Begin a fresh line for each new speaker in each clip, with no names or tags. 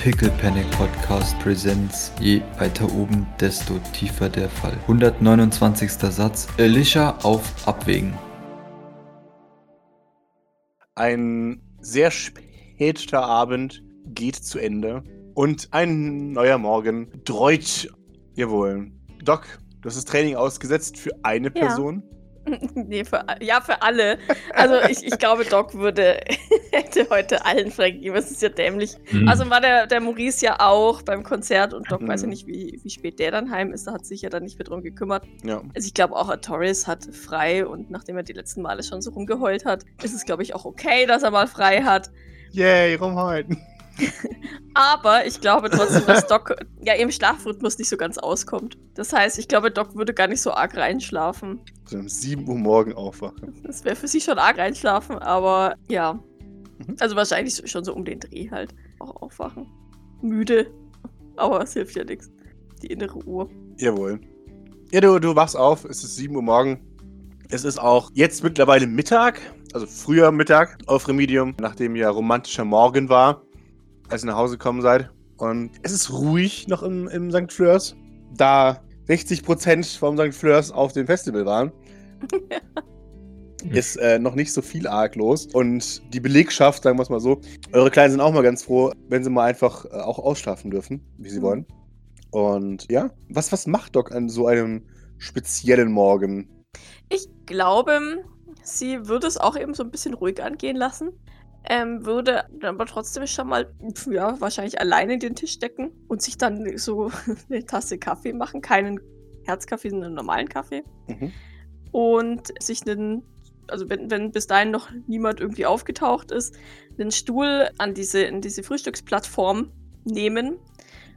Pickle Panic Podcast Presents. Je weiter oben, desto tiefer der Fall. 129. Satz. Elisha auf Abwägen.
Ein sehr später Abend geht zu Ende und ein neuer Morgen dreut. Jawohl. Doc, du hast das Training ausgesetzt für eine
Ja.
Person.
Nee, für, a- ja, für alle. Also ich, ich glaube, Doc würde hätte heute allen freigegeben. Das ist ja dämlich.
Hm.
Also war der, der Maurice ja auch beim Konzert und Doc
Mhm.
weiß ja nicht, wie, wie spät der dann heim ist. Da hat sich ja dann nicht mehr drum gekümmert.
Ja.
Also ich glaube auch, Torres hat frei und nachdem er die letzten Male schon so rumgeheult hat, ist es, glaube ich, auch okay, dass er mal frei hat.
Yay, rumhalten.
Aber ich glaube trotzdem, dass Doc ja im Schlafrhythmus nicht so ganz auskommt. Das heißt, ich glaube, Doc würde gar nicht so arg reinschlafen.
So um 7 Uhr morgen aufwachen.
Das wäre für sie schon arg einschlafen, aber ja.
Mhm.
Also wahrscheinlich so- schon so um den Dreh halt. Auch aufwachen. Müde. Aber es hilft ja nichts. Die innere Uhr.
Jawohl. Ja, du, du wachst auf, es ist 7 Uhr morgen. Es ist auch jetzt mittlerweile Mittag, also früher Mittag auf Remedium, nachdem ja romantischer Morgen war, als ihr nach Hause gekommen seid. Und es ist ruhig noch im, im St. Fleurs, da 60% vom St. Fleurs auf dem Festival waren. ist äh, noch nicht so viel arg los. Und die Belegschaft, sagen wir es mal so, eure Kleinen sind auch mal ganz froh, wenn sie mal einfach äh, auch ausschlafen dürfen, wie sie
Mhm.
wollen. Und ja, was, was macht Doc an so einem speziellen Morgen?
Ich glaube, sie würde es auch eben so ein bisschen ruhig angehen lassen. Ähm, würde dann aber trotzdem schon mal, pf, ja, wahrscheinlich alleine den Tisch decken und sich dann so eine Tasse Kaffee machen. Keinen Herzkaffee, sondern einen normalen Kaffee.
Mhm.
und sich einen, also wenn, wenn bis dahin noch niemand irgendwie aufgetaucht ist, einen Stuhl an diese, in diese Frühstücksplattform nehmen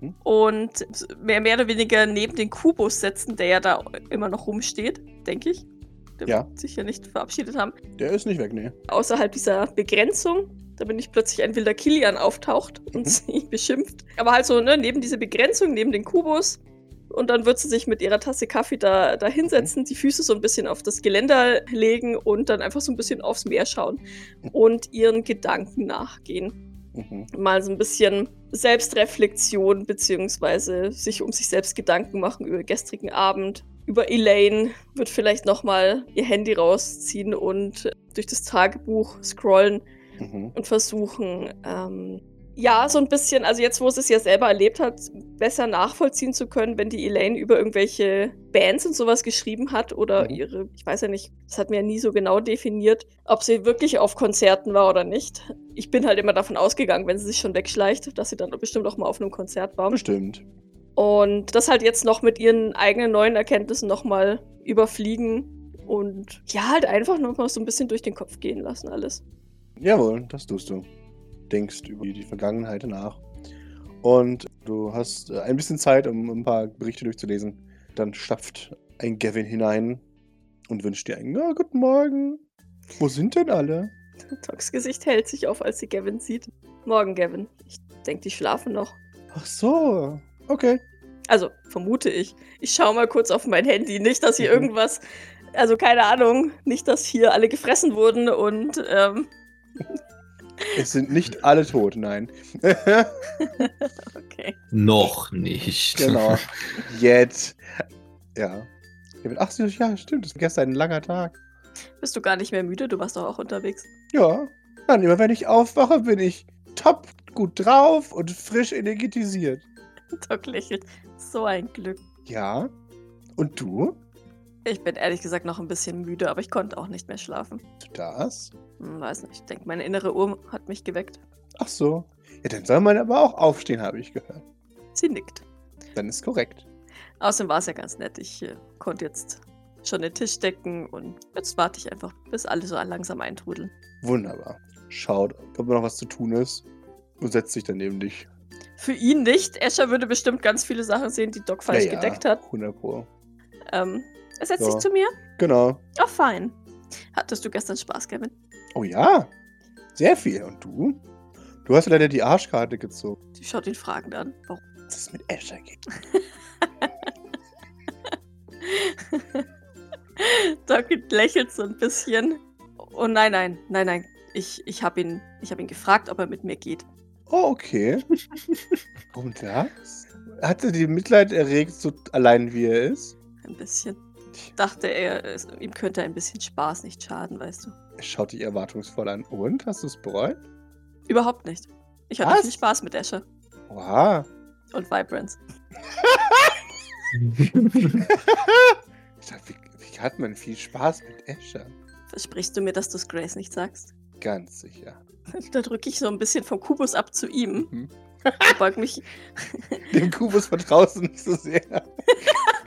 Mhm.
und mehr, mehr oder weniger neben den Kubus setzen, der ja da immer noch rumsteht, denke ich. Der
Ja.
wird sich ja nicht verabschiedet haben.
Der ist nicht weg, nee.
Außerhalb dieser Begrenzung, da bin ich plötzlich ein wilder Kilian auftaucht
Mhm.
und sie beschimpft. Aber halt so, ne, neben diese Begrenzung, neben den Kubus, und dann wird sie sich mit ihrer Tasse Kaffee da, da hinsetzen, die Füße so ein bisschen auf das Geländer legen und dann einfach so ein bisschen aufs Meer schauen und ihren Gedanken nachgehen.
Mhm.
Mal so ein bisschen Selbstreflexion, beziehungsweise sich um sich selbst Gedanken machen über den gestrigen Abend. Über Elaine wird vielleicht nochmal ihr Handy rausziehen und durch das Tagebuch scrollen
Mhm.
und versuchen, ähm, ja, so ein bisschen, also jetzt, wo es es ja selber erlebt hat, besser nachvollziehen zu können, wenn die Elaine über irgendwelche Bands und sowas geschrieben hat oder
Mhm.
ihre, ich weiß ja nicht, das hat mir ja nie so genau definiert, ob sie wirklich auf Konzerten war oder nicht. Ich bin halt immer davon ausgegangen, wenn sie sich schon wegschleicht, dass sie dann bestimmt auch mal auf einem Konzert war.
Bestimmt.
Und das halt jetzt noch mit ihren eigenen neuen Erkenntnissen nochmal überfliegen und ja, halt einfach nochmal so ein bisschen durch den Kopf gehen lassen alles.
Jawohl, das tust du. Denkst über die Vergangenheit nach. Und du hast äh, ein bisschen Zeit, um ein paar Berichte durchzulesen. Dann stapft ein Gavin hinein und wünscht dir einen "Ja, guten Morgen. Wo sind denn alle?
Tox Gesicht hält sich auf, als sie Gavin sieht. Morgen, Gavin. Ich denke, die schlafen noch.
Ach so, okay.
Also, vermute ich. Ich schaue mal kurz auf mein Handy. Nicht, dass hier
Mhm.
irgendwas. Also, keine Ahnung. Nicht, dass hier alle gefressen wurden und. Ähm,
Es sind nicht alle tot, nein.
okay.
Noch nicht.
genau. Jetzt. Ja. Gavin, Ach so, ja, stimmt. Es war gestern ein langer Tag.
Bist du gar nicht mehr müde? Du warst doch auch unterwegs.
Ja. Dann immer, wenn ich aufwache, bin ich top gut drauf und frisch energetisiert.
Doc lächelt. So ein Glück.
Ja. Und du?
Ich bin ehrlich gesagt noch ein bisschen müde, aber ich konnte auch nicht mehr schlafen.
Du das?
Hm, weiß nicht. Ich denke, meine innere Uhr hat mich geweckt.
Ach so. Ja, dann soll man aber auch aufstehen, habe ich gehört.
Sie nickt.
Dann ist korrekt.
Außerdem war es ja ganz nett. Ich äh, konnte jetzt schon den Tisch decken und jetzt warte ich einfach, bis alle so langsam eintrudeln.
Wunderbar. Schaut, ob noch was zu tun ist und setzt sich dann neben dich.
Für ihn nicht. Escher würde bestimmt ganz viele Sachen sehen, die Doc falsch
Ja, ja,
gedeckt hat.
100 Pro.
Ähm, er setzt
So.
sich zu mir.
Genau.
Oh, fein. Hattest du gestern Spaß, Gavin?
Oh ja, sehr viel. Und du? Du hast leider die Arschkarte gezogen.
Sie schaut ihn fragend an. Warum?
Was ist mit Asher geht?
Doc lächelt so ein bisschen. Oh nein, nein, nein, nein. Ich, ich habe ihn, ich hab ihn gefragt, ob er mit mir geht.
Oh, okay. Und das? Hatte die Mitleid erregt, so allein wie er ist?
Ein bisschen. Ich dachte, er, es, ihm könnte ein bisschen Spaß nicht schaden, weißt du.
Er schaut dich erwartungsvoll an. Und? Hast du es bereut?
Überhaupt nicht. Ich hatte
Was?
viel Spaß mit Escher
Oha.
und Vibrance.
Ich dachte, wie, wie hat man viel Spaß mit Escher?
Versprichst du mir, dass du es Grace nicht sagst?
Ganz sicher.
Da drücke ich so ein bisschen vom Kubus ab zu ihm.
Mhm.
Ich beug mich.
Dem Kubus vertraust du nicht so sehr.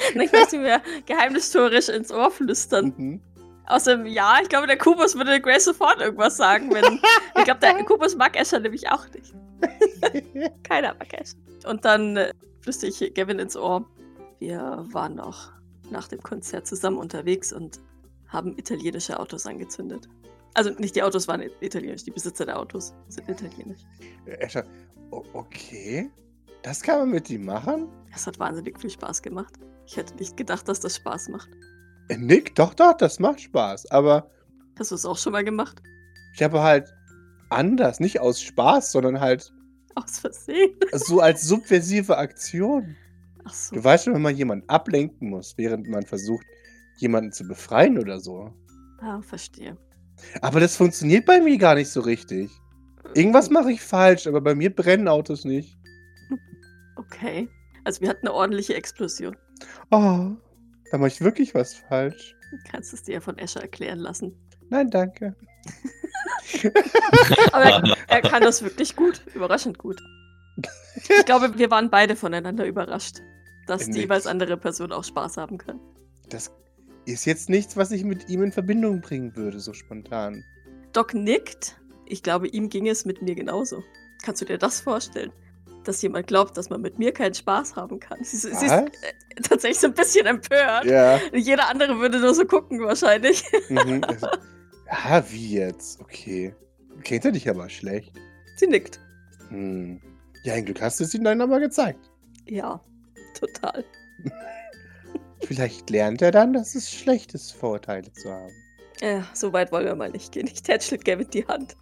Ich möchte mir geheimnistorisch ins Ohr flüstern.
Mhm.
Außerdem, ja, ich glaube, der Kubus würde Grace sofort irgendwas sagen, wenn. ich glaube, der Kubus mag Escher nämlich auch nicht. Keiner mag Escher. Und dann äh, flüstere ich Gavin ins Ohr. Wir waren noch nach dem Konzert zusammen unterwegs und haben italienische Autos angezündet. Also nicht die Autos waren italienisch, die Besitzer der Autos sind italienisch.
Escher, o- okay. Das kann man mit ihm machen?
Es hat wahnsinnig viel Spaß gemacht. Ich hätte nicht gedacht, dass das Spaß macht.
Äh, Nick, doch, doch, das macht Spaß. Aber
Hast du es auch schon mal gemacht?
ich habe halt anders, nicht aus Spaß, sondern halt
Aus Versehen.
so als subversive Aktion.
Ach so.
Du weißt schon, wenn man jemanden ablenken muss, während man versucht, jemanden zu befreien oder so.
Ah, verstehe.
Aber das funktioniert bei mir gar nicht so richtig. Irgendwas mache ich falsch, aber bei mir brennen Autos nicht.
Okay. Also wir hatten eine ordentliche Explosion.
Oh, da mache ich wirklich was falsch.
Du kannst es dir ja von Escher erklären lassen.
Nein, danke.
Aber er, er kann das wirklich gut. Überraschend gut. Ich glaube, wir waren beide voneinander überrascht, dass die
Nix.
jeweils andere Person auch Spaß haben kann.
Das ist jetzt nichts, was ich mit ihm in Verbindung bringen würde, so spontan.
Doc nickt. Ich glaube, ihm ging es mit mir genauso. Kannst du dir das vorstellen? Dass jemand glaubt, dass man mit mir keinen Spaß haben kann. Sie, sie sie ist
Was?
äh, tatsächlich so ein bisschen empört.
Ja.
Jeder andere würde nur so gucken, wahrscheinlich.
Mhm. Also, ah, wie jetzt? Okay. Kennt er dich aber schlecht.
Sie nickt.
Hm. Ja, ein Glück hast du es ihm dann aber gezeigt.
Ja, total.
Vielleicht lernt er dann, dass es schlecht ist, Vorurteile zu haben.
Äh, so weit wollen wir mal nicht gehen. Ich tätschle Gavin die Hand.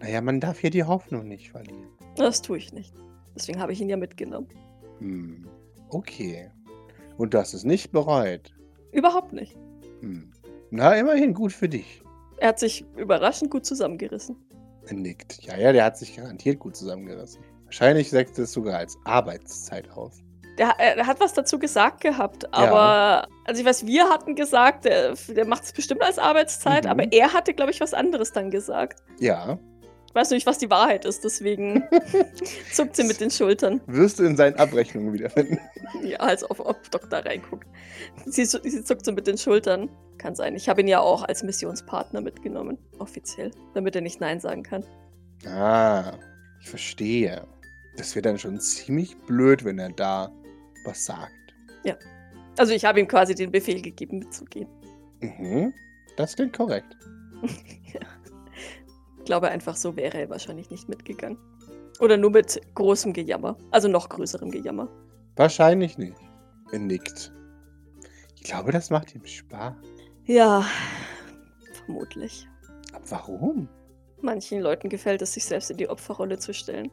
Naja, man darf hier die Hoffnung nicht verlieren.
Das tue ich nicht. Deswegen habe ich ihn ja mitgenommen.
Hm. Okay. Und du hast es nicht bereut.
Überhaupt nicht.
Hm. Na, immerhin gut für dich.
Er hat sich überraschend gut zusammengerissen.
Er nickt. Ja, ja, der hat sich garantiert gut zusammengerissen. Wahrscheinlich setzt es sogar als Arbeitszeit auf.
Der, er er hat was dazu gesagt gehabt, aber also ich weiß, wir hatten gesagt, der, der macht es bestimmt als Arbeitszeit,
Mhm.
aber er hatte, glaube ich, was anderes dann gesagt.
Ja.
Ich weiß nicht, was die Wahrheit ist, deswegen zuckt sie mit den Schultern.
Wirst du in seinen Abrechnungen wiederfinden.
Ja, als ob, ob Doc da reinguckt. Sie, zu- sie zuckt so mit den Schultern. Kann sein. Ich habe ihn ja auch als Missionspartner mitgenommen, offiziell, damit er nicht Nein sagen kann.
Ah, ich verstehe. Das wäre dann schon ziemlich blöd, wenn er da was sagt.
Also ich habe ihm quasi den Befehl gegeben, mitzugehen.
Mhm. Das klingt korrekt.
ja. Ich glaube, einfach so wäre er wahrscheinlich nicht mitgegangen. Oder nur mit großem Gejammer. Also noch größerem Gejammer.
Wahrscheinlich nicht. Er nickt. Ich glaube, das macht ihm Spaß.
Ja, vermutlich.
Aber warum?
Manchen Leuten gefällt es, sich selbst in die Opferrolle zu stellen.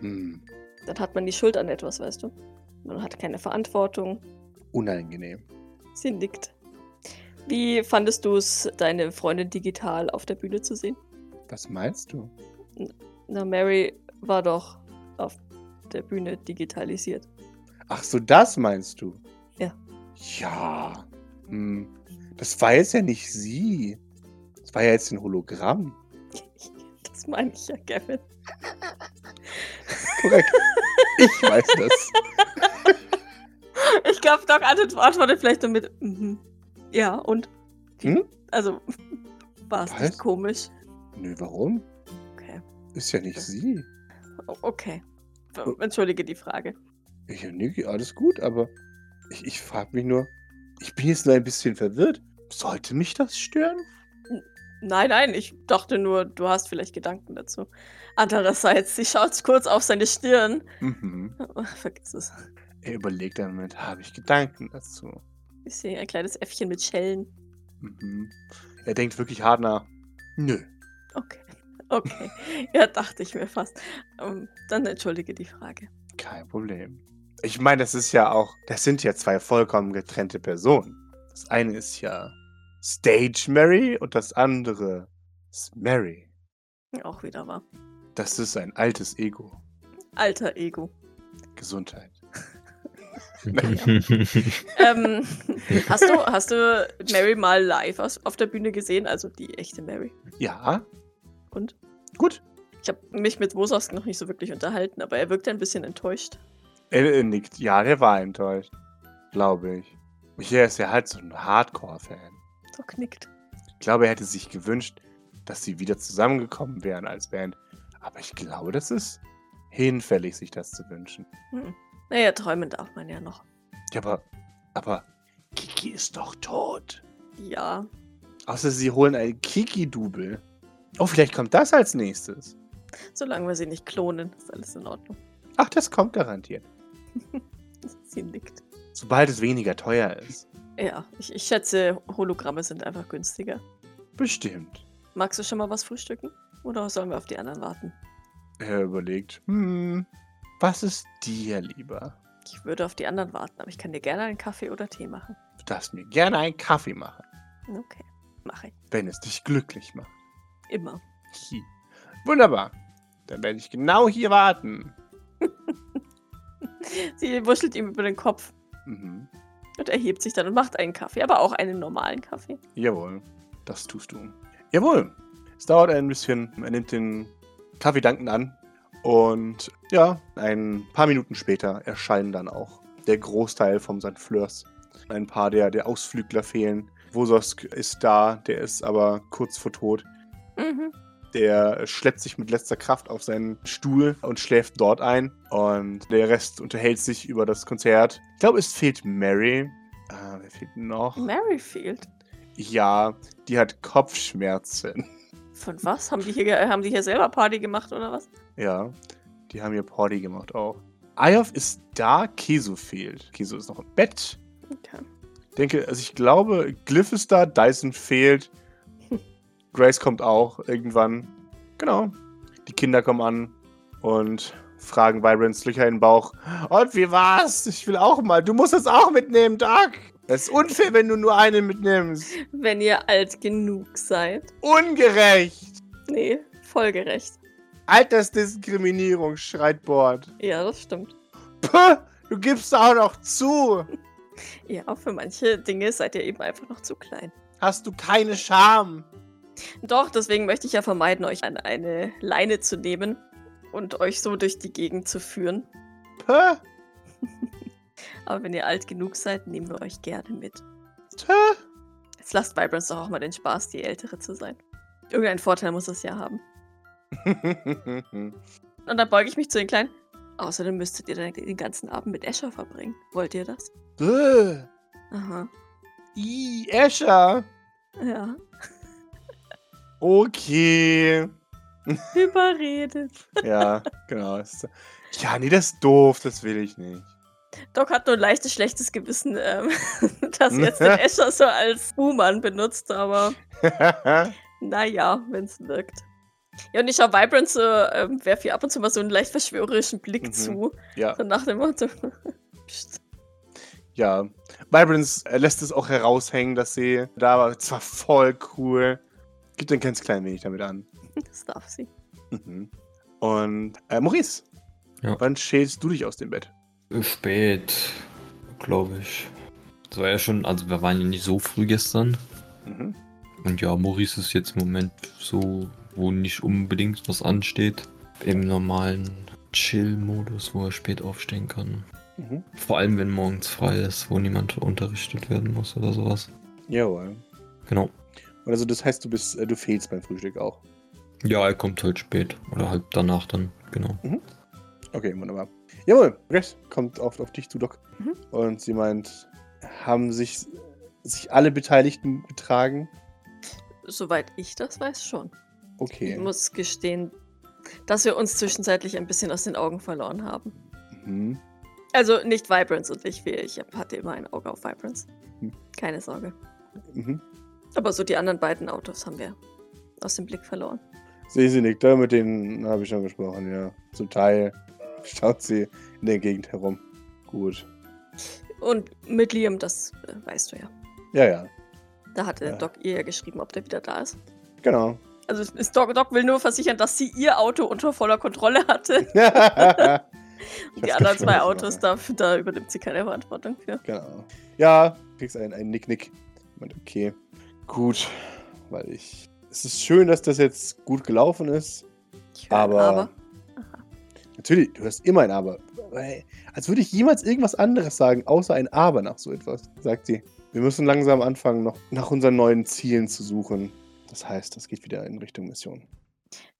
Hm,
Dann hat man die Schuld an etwas, weißt du. Man hat keine Verantwortung.
unangenehm.
Sie nickt. Wie fandest du es, deine Freundin digital auf der Bühne zu sehen?
Was meinst du?
Na, Mary war doch auf der Bühne digitalisiert.
Ach so, das meinst du?
Ja.
Ja. Hm. Das war jetzt ja nicht sie. Das war ja jetzt ein Hologramm.
Das meine ich ja, Gavin.
Korrekt. ich weiß das.
Ich glaube, Doc antwortet vielleicht nur mit mhm. Ja, und?
Hm?
Also, war es
Was?
nicht komisch?
Nö, warum?
Okay.
Ist ja nicht sie.
O- Okay. F- Entschuldige die Frage.
Ich nicke, alles gut, aber ich, ich frage mich nur, ich bin jetzt nur ein bisschen verwirrt. Sollte mich das stören?
Nein, nein, ich dachte nur, du hast vielleicht Gedanken dazu. Andererseits, sie schaut kurz auf seine Stirn. Oh,
Mhm.
Vergiss es.
Er überlegt einen Moment, habe ich Gedanken dazu?
Ich sehe ein kleines Äffchen mit Schellen.
Mhm. Er denkt wirklich hart nach. Nö.
Okay. Okay. Ja, dachte ich mir fast. Ähm, dann entschuldige die Frage.
Kein Problem. Ich meine, das ist ja auch, das sind ja zwei vollkommen getrennte Personen. Das eine ist ja Stage Mary und das andere ist Mary.
Auch wieder wahr.
Das ist ein altes Ego.
Alter Ego.
Gesundheit.
Ähm, hast, du, hast du Mary mal live aus, auf der Bühne gesehen? Also die echte Mary.
Ja,
Und?
gut.
Ich habe mich mit Wosowski noch nicht so wirklich unterhalten, aber er wirkte ein bisschen enttäuscht.
Er äh, nickt. Ja, der war enttäuscht. Glaube ich. Und er ist ja halt so ein Hardcore-Fan.
So knickt.
Ich glaube, er hätte sich gewünscht, dass sie wieder zusammengekommen wären als Band. Aber ich glaube, das ist hinfällig, sich das zu wünschen.
Hm. Naja, träumen darf man ja noch.
Ja, aber, aber Kiki ist doch tot.
Ja,
Außer sie holen einen Kiki-Double. Oh, vielleicht kommt das als nächstes.
solange wir sie nicht klonen, ist alles in Ordnung.
Ach, das kommt garantiert.
Sie nickt.
Sobald es weniger teuer ist.
Ja, ich, ich schätze, Hologramme sind einfach günstiger.
Bestimmt.
Magst du schon mal was frühstücken? Oder sollen wir auf die anderen warten?
Er überlegt, hm, was ist dir lieber?
Ich würde auf die anderen warten, aber ich kann dir gerne einen Kaffee oder Tee machen.
Du darfst mir gerne einen Kaffee machen,
Okay, mache ich.
wenn es dich glücklich macht.
Immer.
Hi. Wunderbar. Dann werde ich genau hier warten.
Sie wuschelt ihm über den Kopf
Mhm.
und erhebt sich dann und macht einen Kaffee, aber auch einen normalen Kaffee.
Jawohl. Das tust du. Jawohl. Es dauert ein bisschen. Er nimmt den Kaffee dankend an. Und ja, ein paar Minuten später erscheinen dann auch der Großteil vom St. Fleurs. Ein paar der, der Ausflügler fehlen. Wososk ist da, der ist aber kurz vor tot.
Mhm.
Der schleppt sich mit letzter Kraft auf seinen Stuhl und schläft dort ein. Und der Rest unterhält sich über das Konzert. Ich glaube, es fehlt Mary. Ah, wer fehlt noch?
Merrifield.
Ja, die hat Kopfschmerzen.
Von was? Haben die, hier, ge- haben die hier selber Party gemacht oder was?
Ja, die haben ihr Party gemacht auch. Ayov ist da, Keso fehlt. Keso ist noch im Bett.
Okay.
Ich denke, also ich glaube, Glyph ist da, Dyson fehlt. Grace kommt auch irgendwann. Genau. Die Kinder kommen an und fragen Vibrants Löcher in den Bauch. Und wie war's? Ich will auch mal. Du musst es auch mitnehmen, Doug. Es ist unfair, wenn du nur einen mitnimmst.
Wenn ihr alt genug seid.
Ungerecht.
Nee, folgerecht.
Altersdiskriminierung, schreit Bord.
Ja, das stimmt.
Puh, du gibst auch noch zu.
Ja, für manche Dinge seid ihr eben einfach noch zu klein.
Hast du keine Scham?
Doch, deswegen möchte ich ja vermeiden, euch an eine Leine zu nehmen und euch so durch die Gegend zu führen.
Puh,
Aber wenn ihr alt genug seid, nehmen wir euch gerne mit.
puh.
Jetzt lasst Vibrance doch auch mal den Spaß, die Ältere zu sein. Irgendeinen Vorteil muss es ja haben. Und dann beuge ich mich zu den Kleinen. Außerdem müsstet ihr dann den ganzen Abend mit Escher verbringen. Wollt ihr das?
Puh.
Aha.
I, Escher.
Ja.
Okay.
Überredet.
Ja, genau. Ist- Ja, nee, das ist doof, das will ich nicht.
Doc hat nur ein leichtes, schlechtes Gewissen, ähm, dass er jetzt den Escher so als Buhmann benutzt, aber naja, wenn es wirkt. Ja, und ich schaue Vibrant so, ähm, werf ihr ab und zu mal so einen leicht verschwörerischen Blick
Mhm.
zu.
ja,
So nach dem Motto. Psst.
ja. Vibrance äh, lässt es auch heraushängen, dass sie da war. Es war voll cool. Gibt ein ganz klein wenig damit an.
Das darf sie.
Mhm. Und äh, Maurice,
Ja.
wann schälst du dich aus dem Bett?
Spät, glaube ich. Das war ja schon, also wir waren ja nicht so früh gestern.
Mhm.
Und ja, Maurice ist jetzt im Moment so, wo nicht unbedingt was ansteht. Im normalen Chill-Modus, wo er spät aufstehen kann.
Mhm.
Vor allem, wenn morgens frei ist, wo niemand unterrichtet werden muss oder sowas.
Jawohl.
Genau.
Und also das heißt, du bist, äh, du fehlst beim Frühstück auch.
Ja, er kommt halt spät. Oder halt danach dann, genau.
Okay, wunderbar. Jawohl, Grace kommt oft auf dich zu, Doc.
Mhm.
Und sie meint, haben sich, sich alle Beteiligten getragen?
Soweit ich das weiß, schon. Ich
Okay.
muss gestehen, dass wir uns zwischenzeitlich ein bisschen aus den Augen verloren haben.
Mhm.
Also nicht Vibrance und ich, wie ich hab- hatte immer ein Auge auf Vibrance.
Hm.
Keine Sorge.
Mhm.
Aber so die anderen beiden Autos haben wir aus dem Blick verloren.
Sehe sie nicht, da mit denen habe ich schon gesprochen, ja. Zum Teil schaut sie in der Gegend herum. Gut.
Und mit Liam, das äh, weißt du ja.
Ja, ja,
Da hat äh,
Ja.
Doc ihr ja geschrieben, ob der wieder da ist.
genau.
Also es ist Doc, Doc will nur versichern, dass sie ihr Auto unter voller Kontrolle hatte.
Ich
Die
weiß
anderen
gar nicht,
zwei
was ich
Autos, da, da übernimmt sie keine Verantwortung für.
Genau. Ja, kriegst einen, einen Nick-Nick. Und okay. Gut. Weil ich. Es ist schön, dass das jetzt gut gelaufen ist.
Ich höre ein
Aber.
aber.
Natürlich, du hast immer ein Aber. Weil- Als würde ich jemals irgendwas anderes sagen, außer ein Aber nach so etwas, sagt sie. Wir müssen langsam anfangen, noch nach unseren neuen Zielen zu suchen. Das heißt, das geht wieder in Richtung Mission.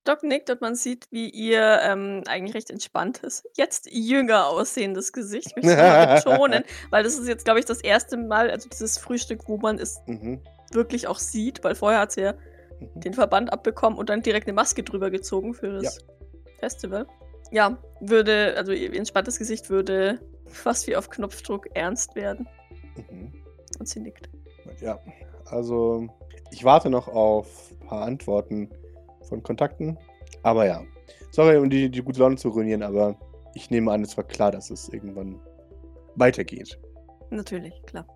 Doc nickt und man sieht, wie ihr ähm, eigentlich recht entspanntes, jetzt jünger aussehendes Gesicht, möchte ich mal betonen, weil das ist jetzt, glaube ich, das erste Mal, also dieses Frühstück, wo man es
Mhm.
wirklich auch sieht, weil vorher hat sie ja
Mhm.
den Verband abbekommen und dann direkt eine Maske drüber gezogen für das Festival. Ja, würde, also ihr entspanntes Gesicht würde fast wie auf Knopfdruck ernst werden.
Mhm.
Und sie nickt.
Ja, also ich warte noch auf ein paar Antworten von Kontakten. Aber ja, sorry, um die, die gute Laune zu ruinieren, aber ich nehme an, es war klar, dass es irgendwann weitergeht.
Natürlich, klar.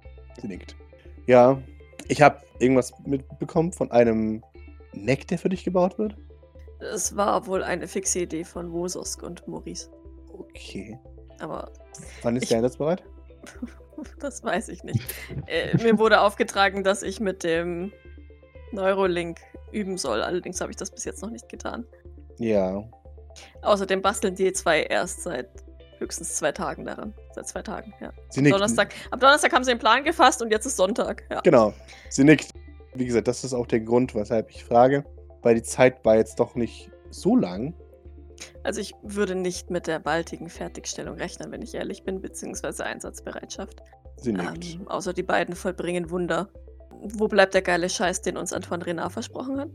Sie nickt. Ja, ich habe irgendwas mitbekommen von einem Neck, der für dich gebaut wird.
Es war wohl eine fixe Idee von Wososk und Maurice.
Okay.
Aber
Wann ist
Ich-
der einsatzbereit?
Das weiß ich nicht. äh, mir wurde aufgetragen, dass ich mit dem Neurolink üben soll. Allerdings habe ich das bis jetzt noch nicht getan.
Ja.
Außerdem basteln die zwei erst seit höchstens zwei Tagen daran. Seit zwei Tagen, ja.
Sie nickt.
Donnerstag. Am Donnerstag haben sie den Plan gefasst und jetzt ist Sonntag. Ja.
Genau. Sie nickt. Wie gesagt, das ist auch der Grund, weshalb ich frage, weil die Zeit war jetzt doch nicht so lang.
Also ich würde nicht mit der baldigen Fertigstellung rechnen, wenn ich ehrlich bin, beziehungsweise Einsatzbereitschaft.
Sie nickt.
Ähm, außer die beiden vollbringen Wunder. Wo bleibt der geile Scheiß, den uns Antoine Renard versprochen hat?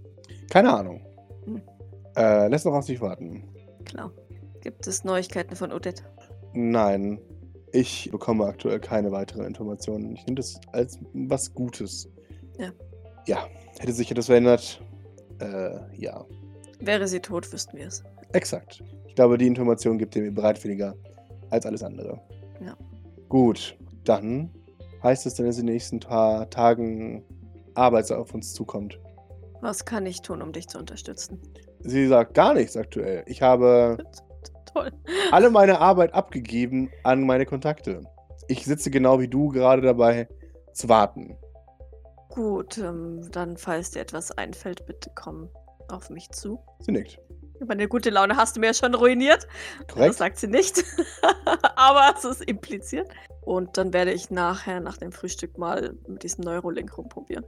Keine Ahnung.
Hm.
Äh, lässt noch auf sich warten.
Klar. Gibt es Neuigkeiten von Odette?
Nein, ich bekomme aktuell keine weiteren Informationen. Ich nehme das als was Gutes.
Ja.
Ja, hätte sich etwas verändert. Äh, ja,
Wäre sie tot, wüssten wir es.
exakt. Ich glaube, die Information gibt ihr mir bereitwilliger als alles andere.
Ja.
Gut, dann heißt es dann, dass in den nächsten paar Tagen Arbeit auf uns zukommt.
Was kann ich tun, um dich zu unterstützen?
Sie sagt gar nichts aktuell. Ich habe
Toll.
alle meine Arbeit abgegeben an meine Kontakte. Ich sitze genau wie du gerade dabei zu warten.
Gut, ähm, dann falls dir etwas einfällt, bitte komm auf mich zu.
Sie nickt.
Meine gute Laune hast du mir ja schon ruiniert. Das
Korrekt?
sagt sie nicht. Aber es ist impliziert. Und dann werde ich nachher nach dem Frühstück mal mit diesem Neurolink rumprobieren.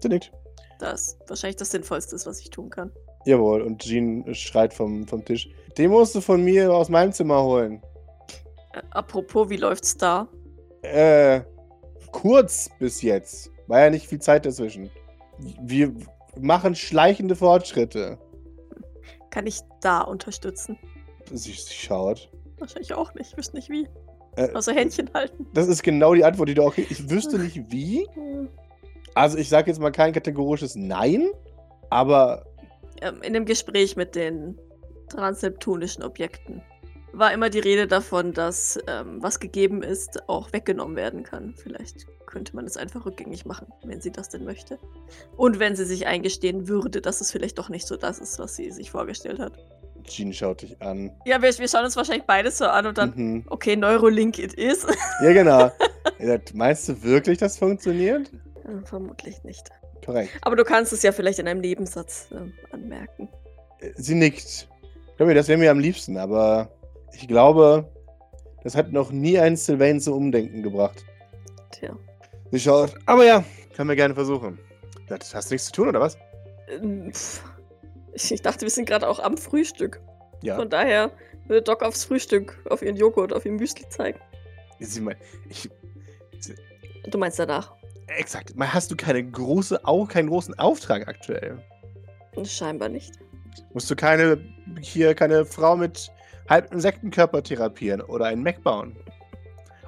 Sie nickt.
Das ist wahrscheinlich das Sinnvollste, ist, was ich tun kann.
Jawohl, und Jean schreit vom, vom Tisch. Den musst du von mir aus meinem Zimmer holen.
Äh, apropos, wie läuft's da?
Äh, kurz bis jetzt. War ja nicht viel Zeit dazwischen. Wir machen schleichende Fortschritte.
Kann ich da unterstützen?
Sie, sie schaut.
Wahrscheinlich auch nicht. Ich wüsste nicht wie.
Äh,
Außer Händchen halten.
Das ist genau die Antwort, die du auch. Ich wüsste nicht wie.
Hm.
Also, ich sage jetzt mal kein kategorisches Nein, aber
ähm, in dem Gespräch mit den transneptunischen Objekten war immer die Rede davon, dass ähm, was gegeben ist, auch weggenommen werden kann. Vielleicht könnte man es einfach rückgängig machen, wenn sie das denn möchte. Und wenn sie sich eingestehen würde, dass es vielleicht doch nicht so das ist, was sie sich vorgestellt hat.
Jean schaut dich an.
Ja, wir, wir schauen uns wahrscheinlich beides so an und dann,
Mhm.
okay, Neurolink it is.
Ja, genau. Er sagt, Meinst du wirklich, das funktioniert?
Äh, Vermutlich nicht.
Korrekt.
Aber du kannst es ja vielleicht in einem Nebensatz ähm, anmerken.
Äh, Sie nickt. Glaub mir, das wäre mir am liebsten, aber ich glaube, das hat noch nie einen Sylvain zum Umdenken gebracht.
Tja.
Sie schaut. Aber ja, können wir gerne versuchen. Das hast du nichts zu tun, oder was?
Ähm, pff. Ich ich dachte, wir sind gerade auch am Frühstück.
Ja.
Von daher würde Doc aufs Frühstück, auf ihren Joghurt, auf ihr Müsli zeigen.
Sie meint, ich,
Du meinst danach?
exakt. Mal hast du keine große, Au- keinen großen Auftrag aktuell.
Scheinbar nicht.
Musst du keine, hier keine Frau mit halbem Insektenkörper therapieren oder einen Mac bauen.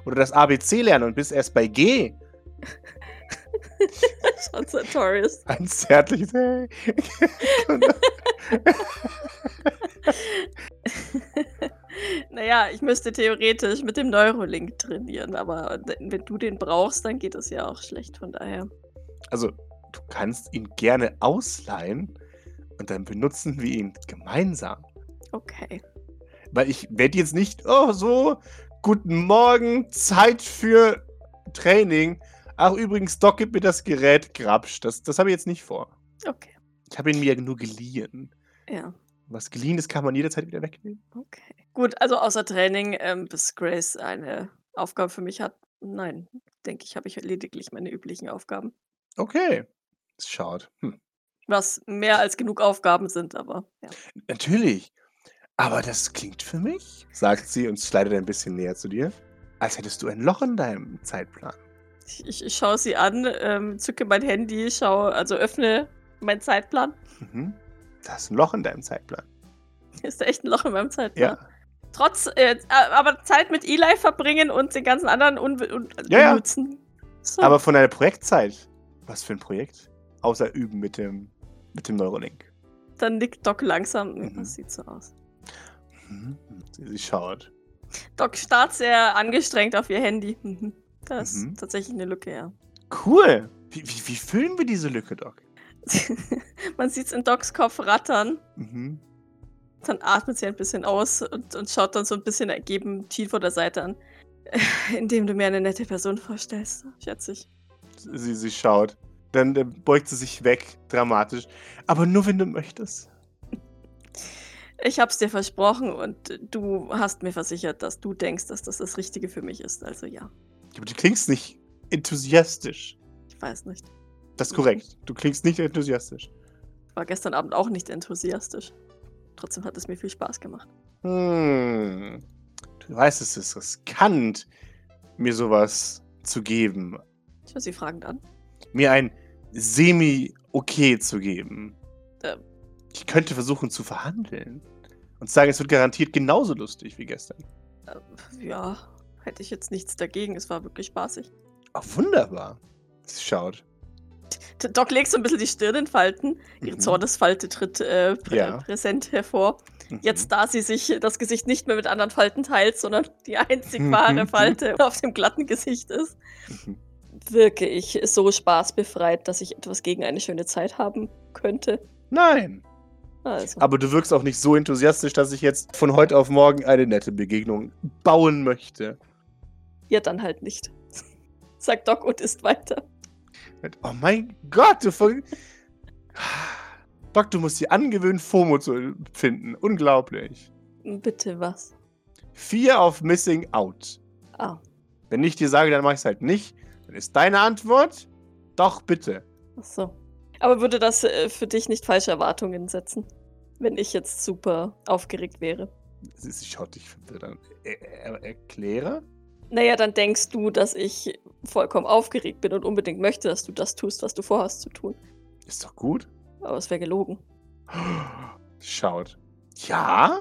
Oder das ABC lernen und bist erst bei G.
Schon Sartorius.
Ein zärtliches Hey.
Naja, ich müsste theoretisch mit dem Neurolink trainieren, aber d- wenn du den brauchst, dann geht es ja auch schlecht, von daher.
Also, du kannst ihn gerne ausleihen und dann benutzen wir ihn gemeinsam.
Okay.
Weil ich werde jetzt nicht, oh, so, guten Morgen, Zeit für Training. Ach, übrigens, Doc, gib mir das Gerät, Grabsch. Das, das habe ich jetzt nicht vor.
Okay.
Ich habe ihn mir ja nur geliehen.
Ja,
Was geliehen ist, kann man jederzeit wieder wegnehmen.
okay. Gut, also außer Training, ähm, bis Grace eine Aufgabe für mich hat. Nein, denke ich, habe ich lediglich meine üblichen Aufgaben.
Okay. Das schaut. Hm.
Was mehr als genug Aufgaben sind, aber ja.
Natürlich. Aber das klingt für mich, sagt sie und slidet ein bisschen näher zu dir, als hättest du ein Loch in deinem Zeitplan.
Ich, ich, ich schaue sie an, ähm, zücke mein Handy, schaue, also öffne meinen Zeitplan.
Mhm. Das ist ein Loch in deinem Zeitplan.
Ist da echt ein Loch in meinem Zeitplan?
Ja.
Trotz, äh, a- aber Zeit mit Eli verbringen und den ganzen anderen un un
Ja, ja.
unnützen. So.
Aber von deiner Projektzeit. Was für ein Projekt? Außer üben mit dem, mit dem Neurolink.
Dann nickt Doc langsam.
Mhm.
Das sieht so aus.
Mhm. Sie, sie schaut.
Doc starrt sehr angestrengt auf ihr Handy. Mhm. Das
Mhm.
ist tatsächlich eine Lücke, ja.
Cool. Wie, wie, wie füllen wir diese Lücke, Doc?
Man sieht es in Docs Kopf rattern.
Mhm.
Dann atmet sie ein bisschen aus und, und schaut dann so ein bisschen ergeben tief vor der Seite an. Indem du mir eine nette Person vorstellst, schätze ich.
Sie, sie schaut. Dann äh, beugt sie sich weg, dramatisch. Aber nur, wenn du möchtest.
Ich hab's dir versprochen und du hast mir versichert, dass du denkst, dass das das Richtige für mich ist. Also ja,
Aber du klingst nicht enthusiastisch.
ich weiß nicht.
Das ist korrekt. Du klingst nicht enthusiastisch.
Ich war gestern Abend auch nicht enthusiastisch. Trotzdem hat es mir viel Spaß gemacht.
Hm. Du weißt, es ist riskant, mir sowas zu geben.
Ich höre sie fragend an.
Mir ein Semi-Okay zu geben.
Ähm.
Ich könnte versuchen zu verhandeln. Und sagen, es wird garantiert genauso lustig wie gestern.
Äh, ja, hätte ich jetzt nichts dagegen. Es war wirklich spaßig.
Ah, wunderbar. Sie schaut.
T- Doc legt so ein bisschen die Stirn in Falten. Ihre
Mhm.
Zornesfalte tritt äh, prä
Ja.
präsent hervor.
Mhm.
Jetzt, da sie sich das Gesicht nicht mehr mit anderen Falten teilt, sondern die einzig wahre Falte auf dem glatten Gesicht ist.
Mhm.
wirke ich so spaßbefreit, dass ich etwas gegen eine schöne Zeit haben könnte.
Nein.
Also,
Aber du wirkst auch nicht so enthusiastisch, dass ich jetzt von heute auf morgen eine nette Begegnung bauen möchte.
ja, dann halt nicht. Sagt Doc und ist weiter.
Oh mein Gott, du ver Doc, du musst dir angewöhnen, FOMO zu finden. Unglaublich.
Bitte was?
Fear of Missing Out.
Ah,
Wenn ich dir sage, dann mach ich es halt nicht. Dann ist deine Antwort, doch bitte.
ach so. Aber würde das äh, für dich nicht falsche Erwartungen setzen, wenn ich jetzt super aufgeregt wäre?
Sie, sie schaut dich verwirrt an. Er, er, erkläre?
Naja, dann denkst du, dass ich vollkommen aufgeregt bin und unbedingt möchte, dass du das tust, was du vorhast zu tun.
Ist doch gut.
Aber es wäre gelogen.
Sie schaut. Ja?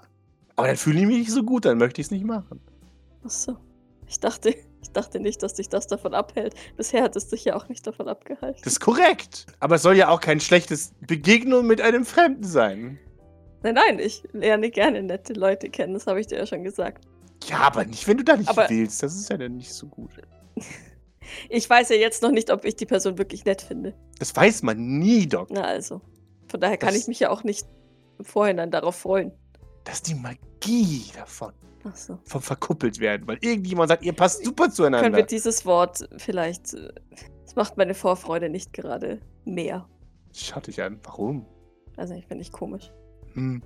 Aber dann fühle ich mich nicht so gut, dann möchte ich es nicht machen.
Ach so. Ich dachte, ich dachte nicht, dass dich das davon abhält. Bisher hat es dich ja auch nicht davon abgehalten.
Das ist korrekt. Aber es soll ja auch kein schlechtes Begegnung mit einem Fremden sein.
Nein, nein, ich lerne gerne nette Leute kennen, das habe ich dir ja schon gesagt.
Ja, aber nicht, wenn du da nicht
Aber-
willst. Das ist ja dann nicht so gut.
Ich weiß ja jetzt noch nicht, ob ich die Person wirklich nett finde.
Das weiß man nie, Doc.
Na also. Von daher kann
Das-
ich mich ja auch nicht im Vorhinein darauf freuen.
Das ist die Magie davon.
Ach so.
Vom verkuppelt werden. Weil irgendjemand sagt, ihr passt super
Können wir
zueinander.
dieses Wort vielleicht. äh, Das macht meine Vorfreude nicht gerade mehr.
Schaut dich an. Warum?
Also ich finde ich komisch.
Hm.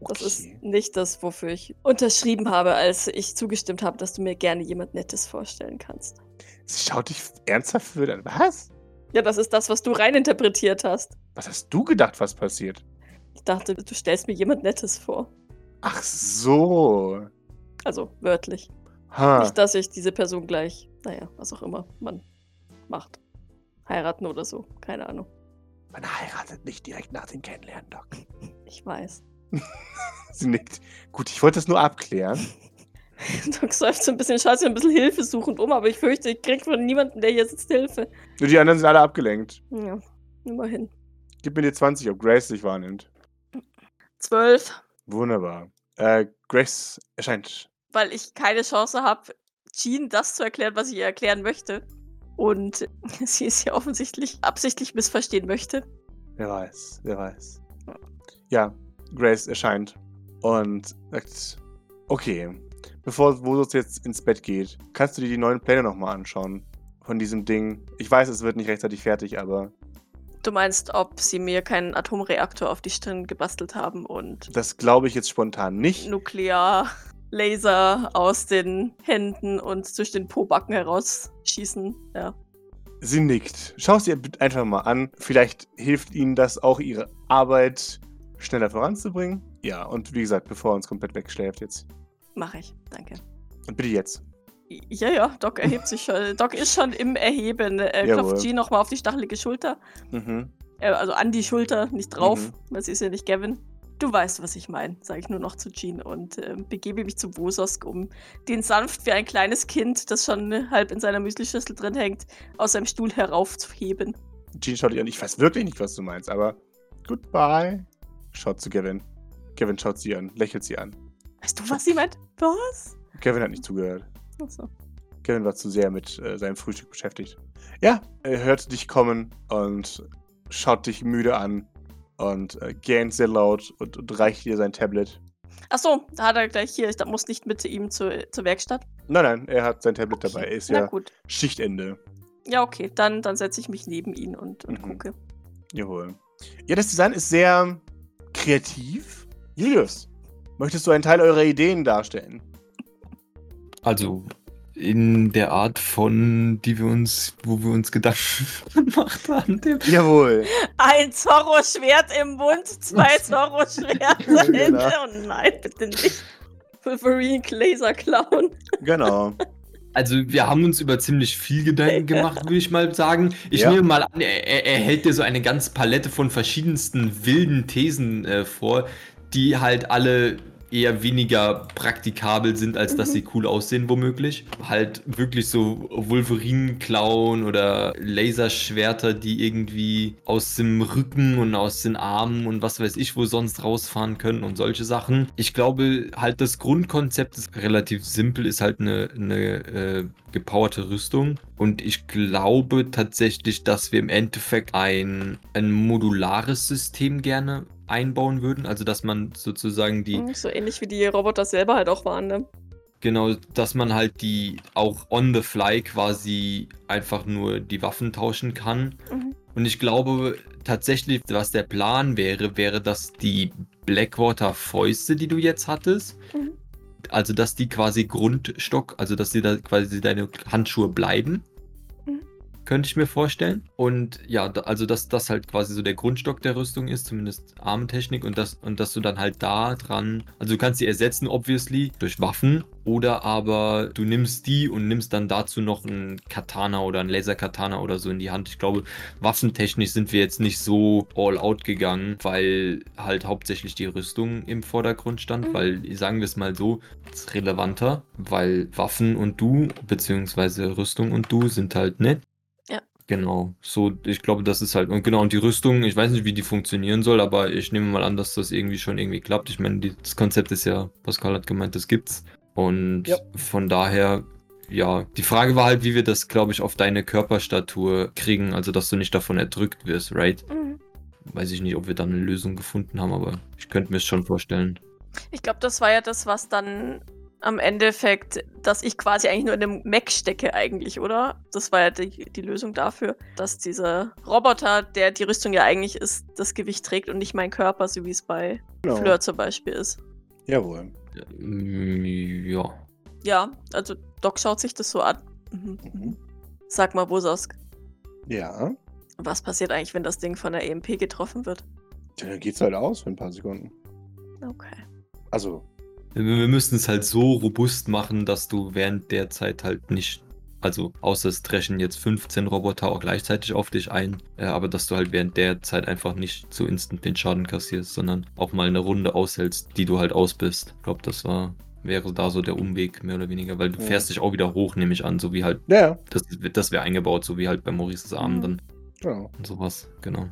Das
Okay.
ist nicht das, wofür ich unterschrieben habe, als ich zugestimmt habe, dass du mir gerne jemand Nettes vorstellen kannst.
Sie schaut dich ernsthaft verwirrt an. Was?
Ja, das ist das, was du reininterpretiert hast.
Was hast du gedacht, was passiert?
Ich dachte, du stellst mir jemand Nettes vor.
Ach so.
Also wörtlich.
Ha.
Nicht, dass ich diese Person gleich, naja, was auch immer man macht. Heiraten oder so, keine Ahnung.
Man heiratet nicht direkt nach dem Kennenlernen, Doc.
Ich weiß.
Sie nickt. Gut, ich wollte das nur abklären.
Doc seufzt so ein bisschen, schaut sich ein bisschen hilfesuchend um, aber ich fürchte, ich krieg von niemandem, der hier sitzt, Hilfe.
Nur die anderen sind alle abgelenkt.
Ja, immerhin.
Gib mir die 20, ob Grace dich wahrnimmt.
Zwölf,
Wunderbar. Äh, Grace erscheint.
weil ich keine Chance habe, Jean das zu erklären, was ich ihr erklären möchte. Und sie es ja offensichtlich absichtlich missverstehen möchte.
Wer weiß, wer weiß. Ja, Grace erscheint und sagt, okay, bevor Vosos jetzt ins Bett geht, kannst du dir die neuen Pläne nochmal anschauen von diesem Ding. Ich weiß, es wird nicht rechtzeitig fertig, aber
Du meinst, ob sie mir keinen Atomreaktor auf die Stirn gebastelt haben und
das glaube ich jetzt spontan nicht.
Nuklearlaser aus den Händen und durch den Pobacken herausschießen. Ja.
Sie nickt. Schau es ihr bitte einfach mal an. Vielleicht hilft ihnen das auch, ihre Arbeit schneller voranzubringen. Ja, und wie gesagt, bevor er uns komplett wegschläft jetzt.
Mache ich, danke.
Und bitte jetzt.
Ja, ja, Doc erhebt sich schon. Doc ist schon im Erheben. Äh, klopft
Jawohl.
G nochmal auf die stachelige Schulter.
Mhm.
Äh, also an die Schulter, nicht drauf,
Mhm.
weil sie ist ja nicht Gavin. Du weißt, was ich meine, sage ich nur noch zu Jean und ähm, begebe mich zu Wososk, um den sanft wie ein kleines Kind, das schon halb in seiner Müslischüssel drin hängt, aus seinem Stuhl heraufzuheben.
Jean schaut ihr an. Ich weiß wirklich nicht, was du meinst, aber goodbye. Schaut zu Gavin. Gavin schaut sie an, lächelt sie an.
Weißt du, was sie meint? Was?
Gavin hat nicht zugehört.
Achso.
Gavin war zu sehr mit äh, seinem Frühstück beschäftigt. Ja, er hört dich kommen und schaut dich müde an und äh, gähnt sehr laut und, und reicht dir sein Tablet.
Achso, da hat er gleich hier, ich da- muss nicht mit ihm zur, zur Werkstatt.
Nein, nein, er hat sein Tablet dabei. Er ist
Na
ja
gut.
Schichtende.
Ja, okay, dann, dann setze ich mich neben ihn und, und
Mhm.
gucke.
Jawohl. Ja, das Design ist sehr kreativ. Julius, möchtest du einen Teil eurer Ideen darstellen?
Also in der Art von, die wir uns, wo wir uns Gedanken gemacht haben. Der
Jawohl.
Ein Zorro-Schwert im Mund, zwei Zorro-Schwerter hinter. Oh nein, bitte nicht. Wolverine Laser Clown.
Genau.
Also wir haben uns über ziemlich viel Gedanken gemacht, würde ich mal sagen. Ich
Ja.
nehme mal an, er, er- er hält dir so eine ganze Palette von verschiedensten wilden Thesen äh, vor, die halt alle eher weniger praktikabel sind, als dass
Mhm.
sie cool aussehen womöglich. Halt wirklich so Wolverinen-Klauen oder Laserschwerter, die irgendwie aus dem Rücken und aus den Armen und was weiß ich wo sonst rausfahren können und solche Sachen. Ich glaube halt das Grundkonzept ist relativ simpel, ist halt eine, eine äh, gepowerte Rüstung. Und ich glaube tatsächlich, dass wir im Endeffekt ein, ein modulares System gerne einbauen würden. Also dass man sozusagen die
Mhm, So ähnlich wie die Roboter selber halt auch waren, ne?
Genau, dass man halt die auch on the fly quasi einfach nur die Waffen tauschen kann.
Mhm.
Und ich glaube tatsächlich, was der Plan wäre, wäre, dass die Blackwater Fäuste, die du jetzt hattest,
Mhm.
also dass die quasi Grundstock, also dass die da quasi deine Handschuhe bleiben.
Mhm.
Könnte ich mir vorstellen. Und ja, da- also dass das halt quasi so der Grundstock der Rüstung ist, zumindest Armtechnik, und, das, und dass du dann halt da dran, also du kannst sie ersetzen, obviously, durch Waffen, oder aber du nimmst die und nimmst dann dazu noch einen Katana oder einen Laserkatana oder so in die Hand. Ich glaube, waffentechnisch sind wir jetzt nicht so all out gegangen, weil halt hauptsächlich die Rüstung im Vordergrund stand,
Mhm.
weil sagen wir es mal so, es ist relevanter, weil Waffen und du, beziehungsweise Rüstung und du sind halt nett.
Ja.
Genau, so, ich glaube, das ist halt, und genau, und die Rüstung, ich weiß nicht, wie die funktionieren soll, aber ich nehme mal an, dass das irgendwie schon irgendwie klappt. Ich meine, die- das Konzept ist ja, Pascal hat gemeint, das gibt's. Und
Ja.
von daher ja, die Frage war halt, wie wir das, glaube ich, auf deine Körperstatur kriegen, also dass du nicht davon erdrückt wirst, right?
mhm.
Weiß ich nicht, ob wir da eine Lösung gefunden haben, aber ich könnte mir es schon vorstellen.
Ich glaube, das war ja das, was dann am Endeffekt, dass ich quasi eigentlich nur in einem Mac stecke eigentlich, oder? Das war ja die, die Lösung dafür, dass dieser Roboter, der die Rüstung ja eigentlich ist, das Gewicht trägt und nicht mein Körper, so wie es bei
genau.
Fleur zum Beispiel ist.
Jawohl.
Ja, mm, Ja.
Ja, also Doc schaut sich das so an. Mhm.
Mhm.
Sag mal, Bosask,
Ja.
was passiert eigentlich, wenn das Ding von der EMP getroffen wird?
Ja, Dann geht's halt aus für ein paar Sekunden.
Okay.
Also,
Wir, wir müssen es halt so robust machen, dass du während der Zeit halt nicht, also außer es dreschen jetzt 15 Roboter auch gleichzeitig auf dich ein, äh, aber dass du halt während der Zeit einfach nicht so instant den Schaden kassierst, sondern auch mal eine Runde aushältst, die du halt aus bist. Ich glaube, das war wäre da so der Umweg mehr oder weniger, weil du
Ja.
fährst dich auch wieder hoch, nehme ich an, so wie halt
ja, ja,
das das wäre eingebaut, so wie halt bei Maurices Arm
Mhm.
dann
genau.
und sowas, genau.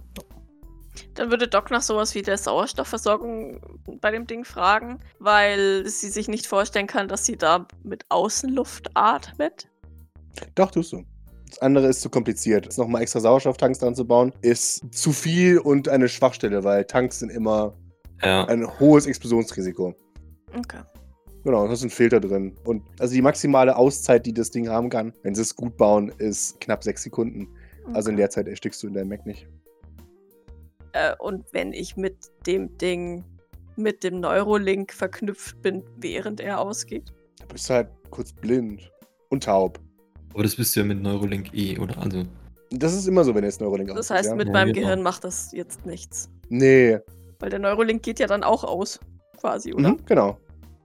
Dann würde Doc nach sowas wie der Sauerstoffversorgung bei dem Ding fragen, weil sie sich nicht vorstellen kann, dass sie da mit Außenluft atmet.
Doch, tust du. Das andere ist zu kompliziert. Jetzt nochmal extra Sauerstofftanks dran zu bauen, ist zu viel und eine Schwachstelle, weil Tanks sind immer
Ja.
ein hohes Explosionsrisiko.
Okay.
Genau, und da ist ein Filter drin. Und also die maximale Auszeit, die das Ding haben kann, wenn sie es gut bauen, ist knapp sechs Sekunden. Also in der Zeit erstickst du in deinem Mac nicht.
äh, und wenn ich mit dem Ding, mit dem Neurolink verknüpft bin, während er ausgeht.
Du bist halt kurz blind und taub.
Aber das bist du ja mit Neurolink eh, oder? Also.
Das ist immer so, wenn jetzt Neuralink
Das
aus ist,
heißt,
ja?
mit
Ja,
meinem
genau.
Gehirn macht das jetzt nichts.
Nee,
Weil der Neurolink geht ja dann auch aus, quasi, oder?
mhm, genau.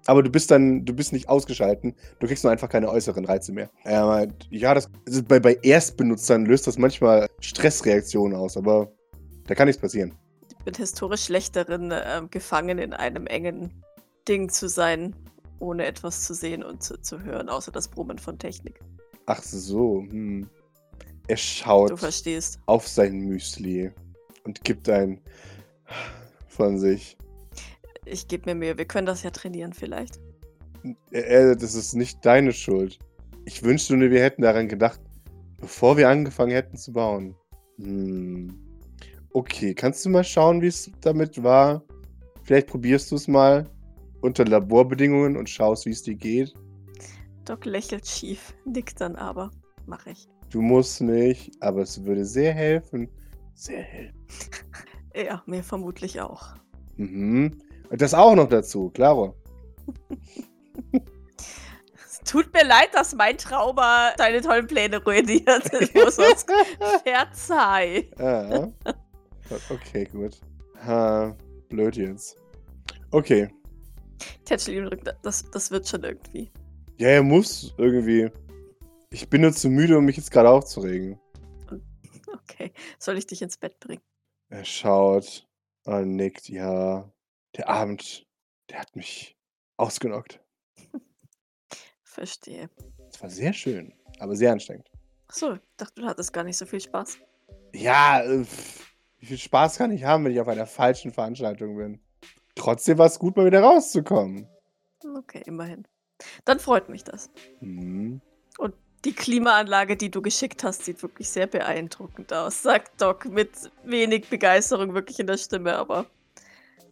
Aber du bist dann, du bist nicht ausgeschalten, du kriegst nur einfach keine äußeren Reize mehr. Er meint, ja, das, das ist bei, bei Erstbenutzern löst das manchmal Stressreaktionen aus, aber da kann nichts passieren.
Ich bin historisch schlecht darin, ähm, gefangen in einem engen Ding zu sein, ohne etwas zu sehen und zu, zu hören, außer das Brummen von Technik.
Ach so, hm. Er
Du
schaut
verstehst.
auf sein Müsli und gibt ein von sich.
Ich gebe mir Mühe. Wir können das ja trainieren vielleicht.
Er- er, also, das ist nicht deine Schuld. Ich wünschte nur, wir hätten daran gedacht, bevor wir angefangen hätten zu bauen. Hm. Okay, kannst du mal schauen, wie es damit war? Vielleicht probierst du es mal unter Laborbedingungen und schaust, wie es dir geht.
Doc lächelt schief, nickt dann aber. Mache ich.
Du musst nicht, aber es würde sehr helfen. Sehr helfen.
Ja, mir vermutlich auch.
Mhm. Und das auch noch dazu, klaro.
Es tut mir leid, dass mein Trauma deine tollen Pläne ruiniert. Ich muss uns verzeihen.
Ah. Okay, gut. Ha, blöd jetzt. Okay.
Tätschel ihm den Rücken. Das, das wird schon irgendwie.
Ja, er muss irgendwie. Ich bin nur zu müde, um mich jetzt gerade aufzuregen.
Okay. Soll ich dich ins Bett bringen?
Er schaut und nickt. Ja, der Abend, der hat mich ausgenockt.
Verstehe.
Es war sehr schön, aber sehr anstrengend.
Achso, ich dachte, du hattest gar nicht so viel Spaß.
Ja, äh, pff, wie viel Spaß kann ich haben, wenn ich auf einer falschen Veranstaltung bin? Trotzdem war es gut, mal wieder rauszukommen.
Okay, immerhin. Dann freut mich das.
Hm.
Die Klimaanlage, die du geschickt hast, sieht wirklich sehr beeindruckend aus, sagt Doc mit wenig Begeisterung wirklich in der Stimme, aber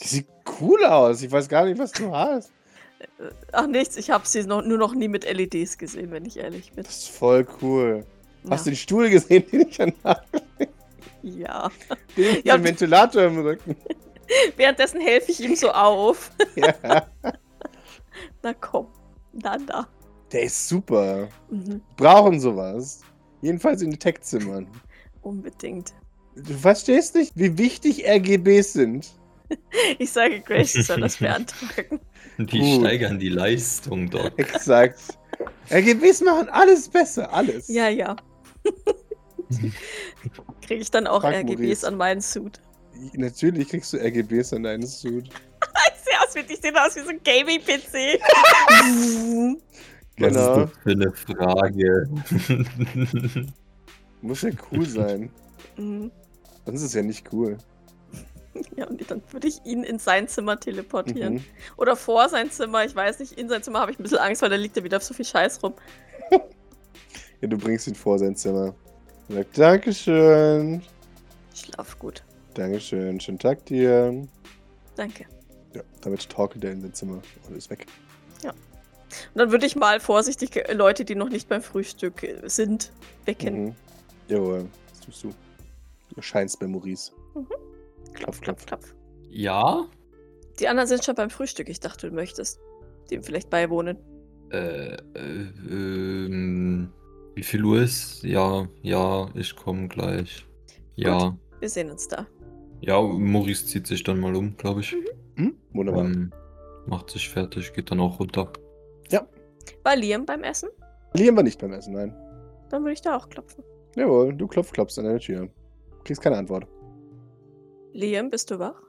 Die sieht cool aus. Ich weiß gar nicht, was du hast.
äh, ach nichts, ich habe sie noch, nur noch nie mit LEDs gesehen, wenn ich ehrlich bin.
Das ist voll cool. Hast du
ja.
den Stuhl gesehen, den ich an
ja.
den
Ja,
ja,
und-
Ventilator im Rücken?
Währenddessen helfe ich ihm so auf.
Ja.
Na komm, na na.
Der ist super.
Mhm,
Brauchen sowas. Jedenfalls in den Tech-Zimmern.
unbedingt.
Du verstehst nicht, wie wichtig RGBs sind.
Ich sage, Grace soll das beantragen.
Die
Gut.
steigern die Leistung dort.
Exakt. RGBs machen alles besser, alles.
Ja, ja. Kriege ich dann auch
Frag
RGBs
Maurice.
an meinen Suit.
Natürlich kriegst du RGBs an deinen Suit.
Ich sehe aus wie, ich seh aus wie so ein Gaming-PC.
Genau.
Was ist das für eine Frage?
Muss ja cool sein.
Mhm.
Sonst ist es ja nicht cool.
ja, und dann würde ich ihn in sein Zimmer teleportieren.
Mhm.
Oder vor sein Zimmer, ich weiß nicht. In sein Zimmer habe ich ein bisschen Angst, weil da liegt ja wieder so viel Scheiß rum.
Ja, du bringst ihn vor sein Zimmer. Er Sagt Dankeschön.
Schlaf gut.
Dankeschön. Schönen Tag dir.
Danke.
Ja, damit torkelt er in sein Zimmer und ist weg.
Und dann würde ich mal vorsichtig äh, Leute, die noch nicht beim Frühstück äh, sind, wecken.
Mhm. Jawohl, das tust du. Du scheinst bei Maurice.
Klopf, klopf,
Mhm. klopf,
klopf.
ja?
Die anderen sind schon beim Frühstück. Ich dachte, du möchtest dem vielleicht beiwohnen.
Äh, äh, ähm, wie viel Uhr ist? Ja, ja, ich komme gleich. Ja.
Wir sehen uns da.
Ja, Maurice zieht sich dann mal um, glaube ich.
Hm? Wunderbar.
Ähm, macht sich fertig, geht dann auch runter.
War Liam beim Essen?
Verlieren wir nicht beim Essen, nein.
Dann würde ich da auch klopfen.
Jawohl, du klopf, klopfst an deine Tür. Kriegst keine Antwort.
Liam, bist du wach?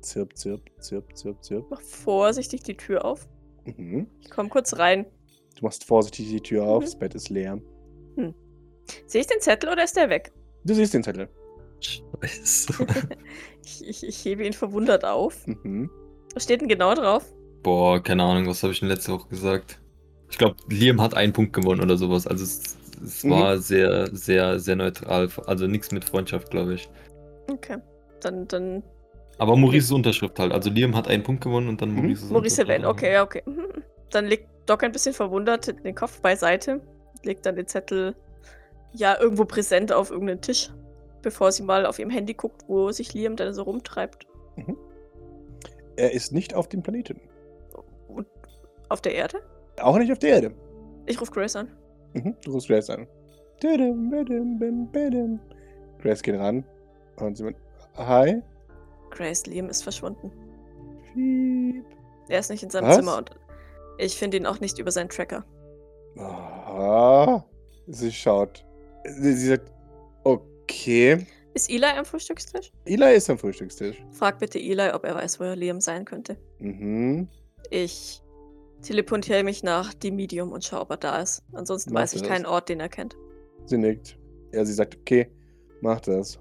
Zirp, zirp, zirp, zirp, zirp.
Mach vorsichtig die Tür auf.
Mhm.
Ich komme kurz rein.
Du machst vorsichtig die Tür auf,
Mhm.
das Bett ist leer.
Sehe ich den Zettel oder ist der weg?
Du siehst den Zettel.
Scheiße.
Ich, ich, ich hebe ihn verwundert auf.
Mhm.
Was steht denn genau drauf?
Boah, keine Ahnung, was habe ich denn letzte Woche gesagt? Ich glaube, Liam hat einen Punkt gewonnen oder sowas. Also es, es
Mhm.
war sehr, sehr, sehr neutral. Also nichts mit Freundschaft, glaube ich.
Okay. Dann, dann
Aber Maurices Unterschrift halt. Also Liam hat einen Punkt gewonnen und dann
Mhm.
Maurices
Maurice
Unterschrift.
Sylvain, okay, ja, okay. Mhm. Dann legt Doc ein bisschen verwundert den Kopf beiseite, legt dann den Zettel ja irgendwo präsent auf irgendeinen Tisch, bevor sie mal auf ihrem Handy guckt, wo sich Liam dann so rumtreibt.
Er ist nicht auf dem Planeten.
Auf der Erde?
Auch nicht auf der Erde.
Ich rufe Grace an.
Mhm. Du rufst Grace an. Dadum, badum, bim, badum. Grace geht ran. Und sie meint, hi.
Grace, Liam ist verschwunden.
Piep.
Er ist nicht in seinem
Was?
Zimmer und ich finde ihn auch nicht über seinen Tracker.
Aha. Sie schaut. Sie, sie sagt, okay.
Ist Eli am Frühstückstisch?
Eli ist am Frühstückstisch.
Frag bitte Eli, ob er weiß, wo Liam sein könnte.
Mhm.
Ich teleportiere mich nach dem Medium und schaue, ob er da ist. Ansonsten
Mach
weiß ich
das.
keinen Ort, den er kennt.
Sie nickt. Ja, sie sagt, okay, mach das.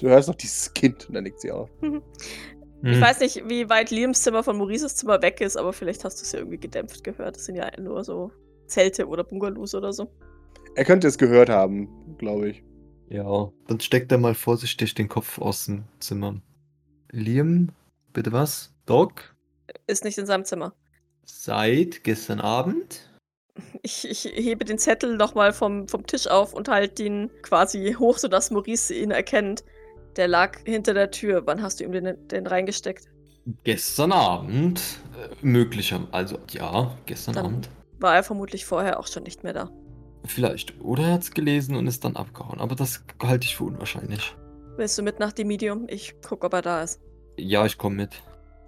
Du hörst noch dieses Kind und dann nickt sie auf.
Ich
Mhm.
weiß nicht, wie weit Liams Zimmer von Maurices Zimmer weg ist, aber vielleicht hast du es ja irgendwie gedämpft gehört. Das sind ja nur so Zelte oder Bungalows oder so.
Er könnte es gehört haben, glaube ich.
Ja, dann steckt er mal vorsichtig den Kopf aus dem Zimmer. Liam, bitte was? Doc,
Ist nicht in seinem Zimmer.
seit gestern Abend?
Ich, ich hebe den Zettel nochmal vom, vom Tisch auf und halte ihn quasi hoch, sodass Maurice ihn erkennt. Der lag hinter der Tür. Wann hast du ihm den, den reingesteckt?
Gestern Abend. Äh, möglicher. Also, ja, gestern
Dann-
Abend.
War er vermutlich vorher auch schon nicht mehr da.
Vielleicht. Oder er hat's gelesen und ist dann abgehauen. Aber das halte ich für unwahrscheinlich.
Willst du mit nach dem Medium? Ich guck, ob er da ist.
Ja, ich komme mit.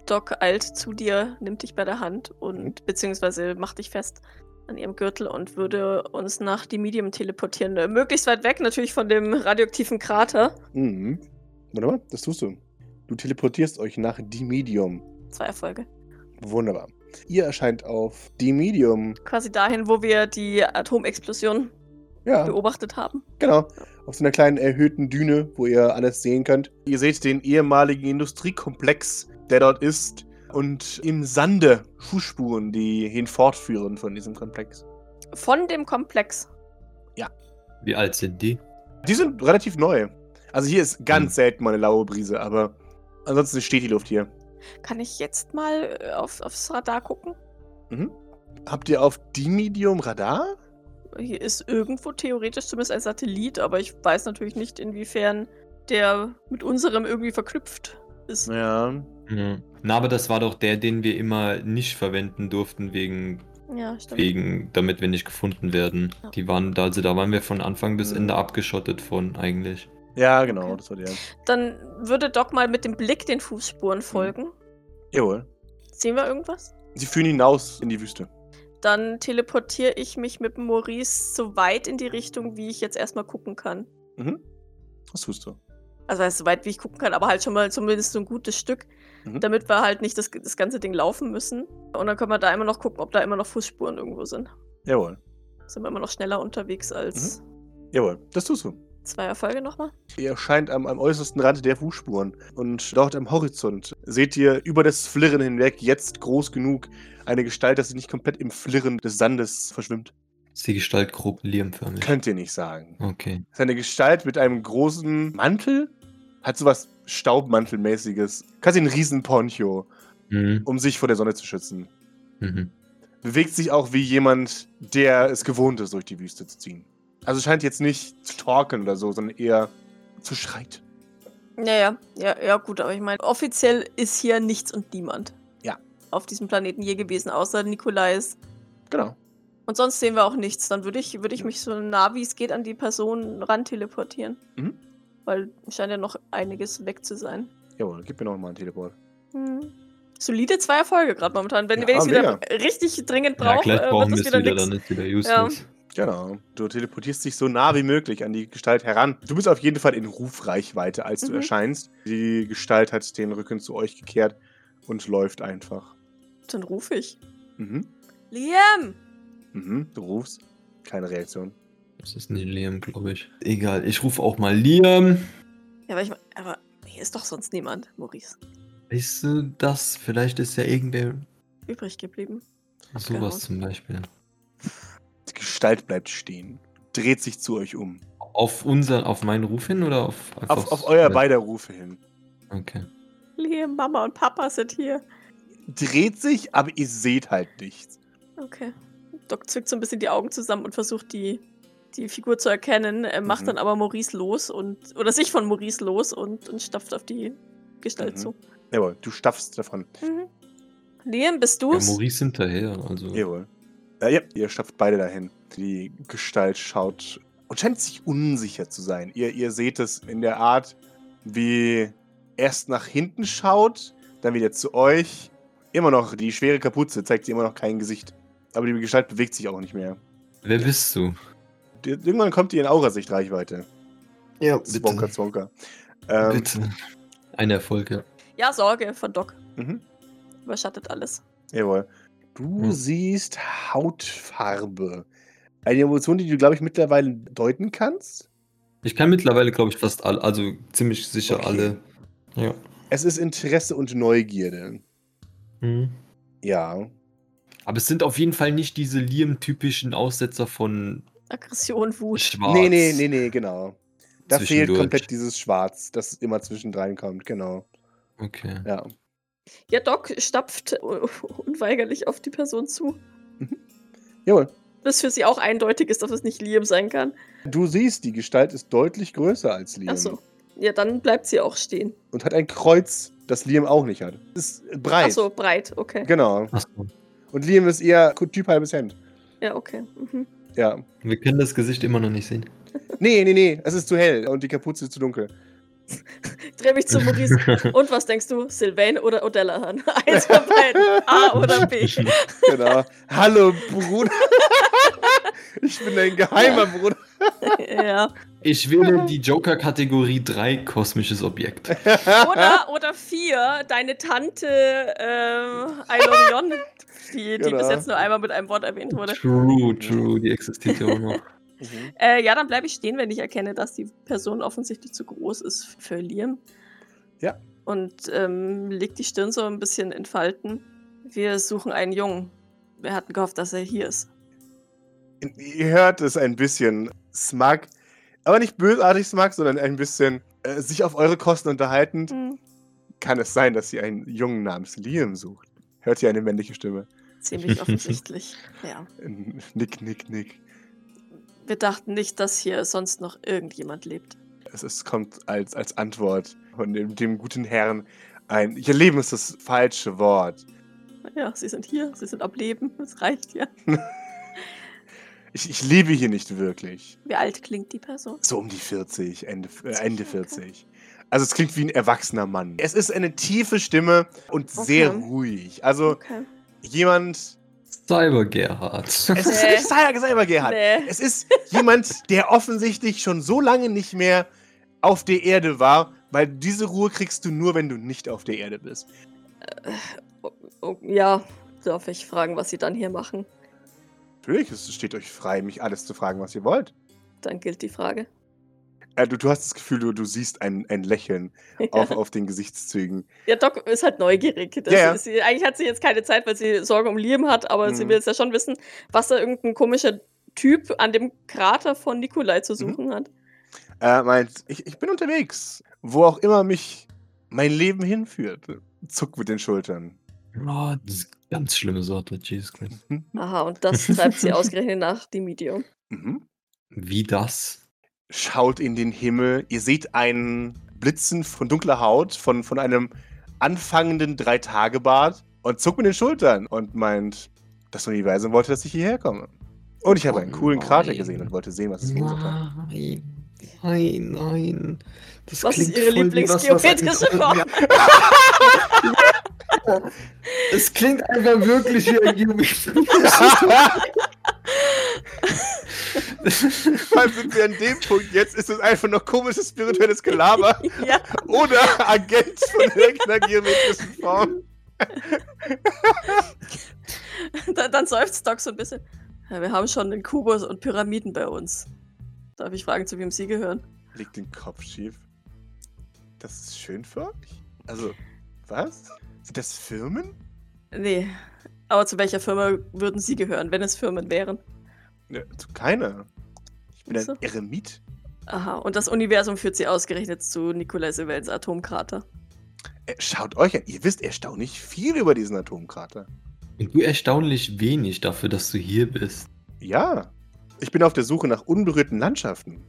Doc eilt zu dir, nimmt dich bei der Hand und beziehungsweise macht dich fest an ihrem Gürtel und würde uns nach die Medium teleportieren. Äh, Möglichst weit weg natürlich von dem radioaktiven Krater.
Mhm. Wunderbar, das tust du. Du teleportierst euch nach D-Medium.
Zwei Erfolge.
Wunderbar. Ihr erscheint auf D-Medium.
Quasi dahin, wo wir die Atomexplosion
Ja,
beobachtet haben.
Genau. Auf so einer kleinen erhöhten Düne, wo ihr alles sehen könnt. Ihr seht den ehemaligen Industriekomplex, der dort ist. Und im Sande Fußspuren, die hinfortführen von diesem Komplex.
Von dem Komplex.
Wie alt sind die?
Die sind relativ neu. Also hier ist ganz selten mal eine laue Brise, aber ansonsten steht die Luft hier.
Kann ich jetzt mal äh, auf, aufs Radar gucken?
Mhm. Habt ihr auf D-Medium Radar?
Hier ist irgendwo theoretisch zumindest ein Satellit, aber ich weiß natürlich nicht, inwiefern der mit unserem irgendwie verknüpft ist.
Ja.
Na, aber das war doch der, den wir immer nicht verwenden durften, wegen,
Ja, stimmt.
wegen damit wir nicht gefunden werden.
Ja.
Die waren, also da waren wir von Anfang bis
Mhm.
Ende abgeschottet von, eigentlich.
Ja, genau,
Okay.
das war der.
Dann würde Doc mal mit dem Blick den Fußspuren
Mhm.
folgen.
Jawohl.
Sehen wir irgendwas?
Sie führen hinaus in die Wüste.
Dann teleportiere ich mich mit dem Maurice so weit in die Richtung, wie ich jetzt erstmal gucken kann.
Mhm. Das tust du.
Also heißt, so weit, wie ich gucken kann, aber halt schon mal zumindest so ein gutes Stück,
Mhm.
damit wir halt nicht das, das ganze Ding laufen müssen. Und dann können wir da immer noch gucken, ob da immer noch Fußspuren irgendwo sind.
Jawohl.
Sind wir immer noch schneller unterwegs als
Mhm. Jawohl. Das tust du.
zwei Erfolge nochmal?
Ihr erscheint am, am äußersten Rand der Fußspuren und dort am Horizont seht ihr über das Flirren hinweg jetzt groß genug eine Gestalt, dass sie nicht komplett im Flirren des Sandes verschwimmt.
Ist die Gestalt grob liamförmig.
Könnt ihr nicht sagen.
Okay.
Es ist eine Gestalt mit einem großen Mantel, hat sowas Staubmantelmäßiges, quasi ein Riesenponcho,
Mhm.
um sich vor der Sonne zu schützen.
Mhm.
Bewegt sich auch wie jemand, der es gewohnt ist, durch die Wüste zu ziehen. Also scheint jetzt nicht zu talken oder so, sondern eher zu schreit.
Naja, ja, ja, gut, aber ich meine, offiziell ist hier nichts und niemand.
Ja.
Auf diesem Planeten je gewesen, außer Nikolais
Genau.
Und sonst sehen wir auch nichts. Dann würde ich, würde ich mich so nah wie es geht an die Person ran teleportieren.
Mhm.
Weil scheint ja noch einiges weg zu sein.
Jawohl, gib mir noch mal einen Teleport.
Solide zwei Erfolge gerade momentan. Wenn,
Hm. Ja,
wenn ich es wieder
mega.
richtig dringend
Ja,
brauche,
gleich
wird
brauchen wir
das
es
äh, wieder
wieder,
nichts.
dann ist wieder useless.
Genau. Du teleportierst dich so nah wie möglich an die Gestalt heran. Du bist auf jeden Fall in Rufreichweite, als du
Mhm.
erscheinst. Die Gestalt hat den Rücken zu euch gekehrt und läuft einfach.
Dann rufe ich.
Mhm.
Liam!
Mhm. Du rufst. Keine Reaktion.
Das ist nicht Liam, glaube ich. Egal, ich rufe auch mal Liam.
Ja, aber ich mein, aber hier ist doch sonst niemand, Maurice.
Weißt du das? Vielleicht ist ja irgendwer
Übrig geblieben.
sowas zum Beispiel.
Die Gestalt bleibt stehen, dreht sich zu euch um.
Auf unseren, auf meinen Ruf hin oder auf einfach
Auf, auf
so-
euer beider Rufe hin.
Okay.
Lee, Mama und Papa sind hier.
Dreht sich, aber ihr seht halt nichts.
Okay. Doc zwickt so ein bisschen die Augen zusammen und versucht die, die Figur zu erkennen, äh, macht
Mhm.
dann aber Maurice los und oder sich von Maurice los und, und stapft auf die Gestalt
Mhm.
zu.
Jawohl, du staffst davon.
Mhm. Liam, bist
Ja,
du's?
Maurice hinterher, also.
Jawohl. Ja, ja, ihr stapft beide dahin. Die Gestalt schaut und scheint sich unsicher zu sein. Ihr, ihr seht es in der Art, wie erst nach hinten schaut, dann wieder zu euch. Immer noch die schwere Kapuze zeigt ihr immer noch kein Gesicht. Aber die Gestalt bewegt sich auch nicht mehr.
Wer bist du?
Die- Irgendwann kommt ihr in Aurasichtreichweite.
Ja,
Zwonker,
bitte.
zwonker. Ähm,
bitte.
Ein Erfolg, ja.
ja, Sorge von Doc.
Mhm.
Überschattet alles.
Jawohl. Du
Hm.
siehst Hautfarbe. Eine Emotion, die du, glaube ich, mittlerweile deuten kannst.
Ich kann mittlerweile, glaube ich, fast alle, also ziemlich sicher
Okay.
alle. Ja.
Es ist Interesse und Neugierde. Mhm. Ja.
Aber es sind auf jeden Fall nicht diese Liam-typischen Aussetzer von
Aggression, Wut.
Schwarz.
Nee, nee, nee, nee, genau. Da fehlt
Zwischendurch.
komplett dieses Schwarz, das immer zwischendrein kommt, genau.
Okay.
Ja.
Ja, Doc stapft u- unweigerlich auf die Person zu.
Jawohl.
Das für sie auch eindeutig ist, dass es nicht Liam sein kann.
Du siehst, die Gestalt ist deutlich größer als Liam.
Achso. Ja, dann bleibt sie auch stehen.
Und hat ein Kreuz, das Liam auch nicht hat. Ist breit.
Achso, breit, okay.
Genau.
Achso.
Und Liam ist eher Typ halbes Hemd.
Ja, okay. Mhm.
Ja.
Wir können das Gesicht immer noch nicht sehen.
Nee, nee, nee, es ist zu hell und die Kapuze ist zu dunkel.
Dreh mich zu Maurice. Und was denkst du? Sylvain oder Odella Han? Eins von beiden. A oder B.
Genau. Hallo, Bruder. Ich bin dein geheimer Bruder.
ja.
Ich wähle die Joker-Kategorie 3 kosmisches Objekt.
Oder, oder vier, deine Tante ähm, Ailonion, die, die
Genau.
bis jetzt nur einmal mit einem Wort erwähnt wurde.
True, true, die existiert ja auch noch.
Mhm.
Äh, ja, dann bleibe ich stehen, wenn ich erkenne, dass die Person offensichtlich zu groß ist für Liam.
Ja.
Und ähm, legt die Stirn so ein bisschen in Falten. Wir suchen einen Jungen. Wir hatten gehofft, dass er hier ist.
Ihr hört es ein bisschen smug, aber nicht bösartig smug, sondern ein bisschen äh, sich auf eure Kosten unterhaltend.
Hm.
Kann es sein, dass ihr einen Jungen namens Liam sucht? Hört ihr eine männliche Stimme?
Ziemlich offensichtlich. ja.
Nick, nick, nick.
Wir dachten nicht, dass hier sonst noch irgendjemand lebt.
Es, es kommt als, als Antwort von dem, dem guten Herrn ein, ihr Leben ist das falsche Wort.
Ja, sie sind hier, sie sind am Leben. Es reicht ja.
Ich, ich lebe hier nicht wirklich.
Wie alt klingt die Person?
So um die 40, Ende, äh,
Okay.
Ende 40. Also es klingt wie ein erwachsener Mann. Es ist eine tiefe Stimme und sehr
Okay.
ruhig. Also
Okay.
jemand.
Cyber Gerhard.
Es ist
Nee.
nicht Cyber selber Gerhard.
Äh. Nee.
Es ist jemand, der offensichtlich schon so lange nicht mehr auf der Erde war, weil diese Ruhe kriegst du nur, wenn du nicht auf der Erde bist.
Oh, oh, ja, darf ich fragen, was sie dann hier machen?
Natürlich, es steht euch frei, mich alles zu fragen, was ihr wollt.
Dann gilt die Frage.
Äh, du, du hast das Gefühl, du, du siehst ein, ein Lächeln auf, auf den Gesichtszügen.
Ja, Doc ist halt neugierig. Das
Ja, ja.
Ist, sie, eigentlich hat sie jetzt keine Zeit, weil sie Sorge um Liam hat, aber sie
Mhm.
will jetzt ja schon wissen, was da irgendein komischer Typ an dem Krater von Nikolai zu suchen
Mhm.
hat.
Er meint, Äh, ich, ich bin unterwegs, wo auch immer mich mein Leben hinführt. Zuckt mit den Schultern.
Oh, das ist ganz schlimme Sorte, Jesus Christ.
Aha, und das treibt sie ausgerechnet nach Dimidio.
Mhm.
Wie das?
Schaut in den Himmel. Ihr seht einen Blitzen von dunkler Haut, von, von einem anfangenden Drei-Tage-Bart und zuckt mit den Schultern und meint, das Universum wollte, dass ich hierher komme. Und ich habe einen coolen Krater gesehen und wollte sehen, was es verursacht hat.
Nein, nein, nein. Das
Was ist
klingt
ihre
voll wie was, was ein-
Lieblingsgeometrische Form?
Es klingt einfach wirklich wie ein Geometrie.
Wann sind wir an dem Punkt jetzt? Ist es einfach noch komisches spirituelles Gelaber?
ja,
Oder Agent von irgendeiner geometrischen Form.
dann, dann seufzt Doc so ein bisschen. Ja, wir haben schon den Kubus und Pyramiden bei uns. Darf ich fragen, zu wem sie gehören?
Legt den Kopf schief. Das ist schön für euch? Also, was? Sind das Firmen?
Nee. Aber zu welcher Firma würden Sie gehören, wenn es Firmen wären?
Ja, zu keiner. Ich bin
Ach so.
ein Eremit.
Aha, und das Universum führt Sie ausgerechnet zu Nikolai Sewells Atomkrater.
Äh, Schaut euch an, ihr wisst erstaunlich viel über diesen Atomkrater.
Und du erstaunlich wenig dafür, dass du hier bist.
Ja, ich bin auf der Suche nach unberührten Landschaften.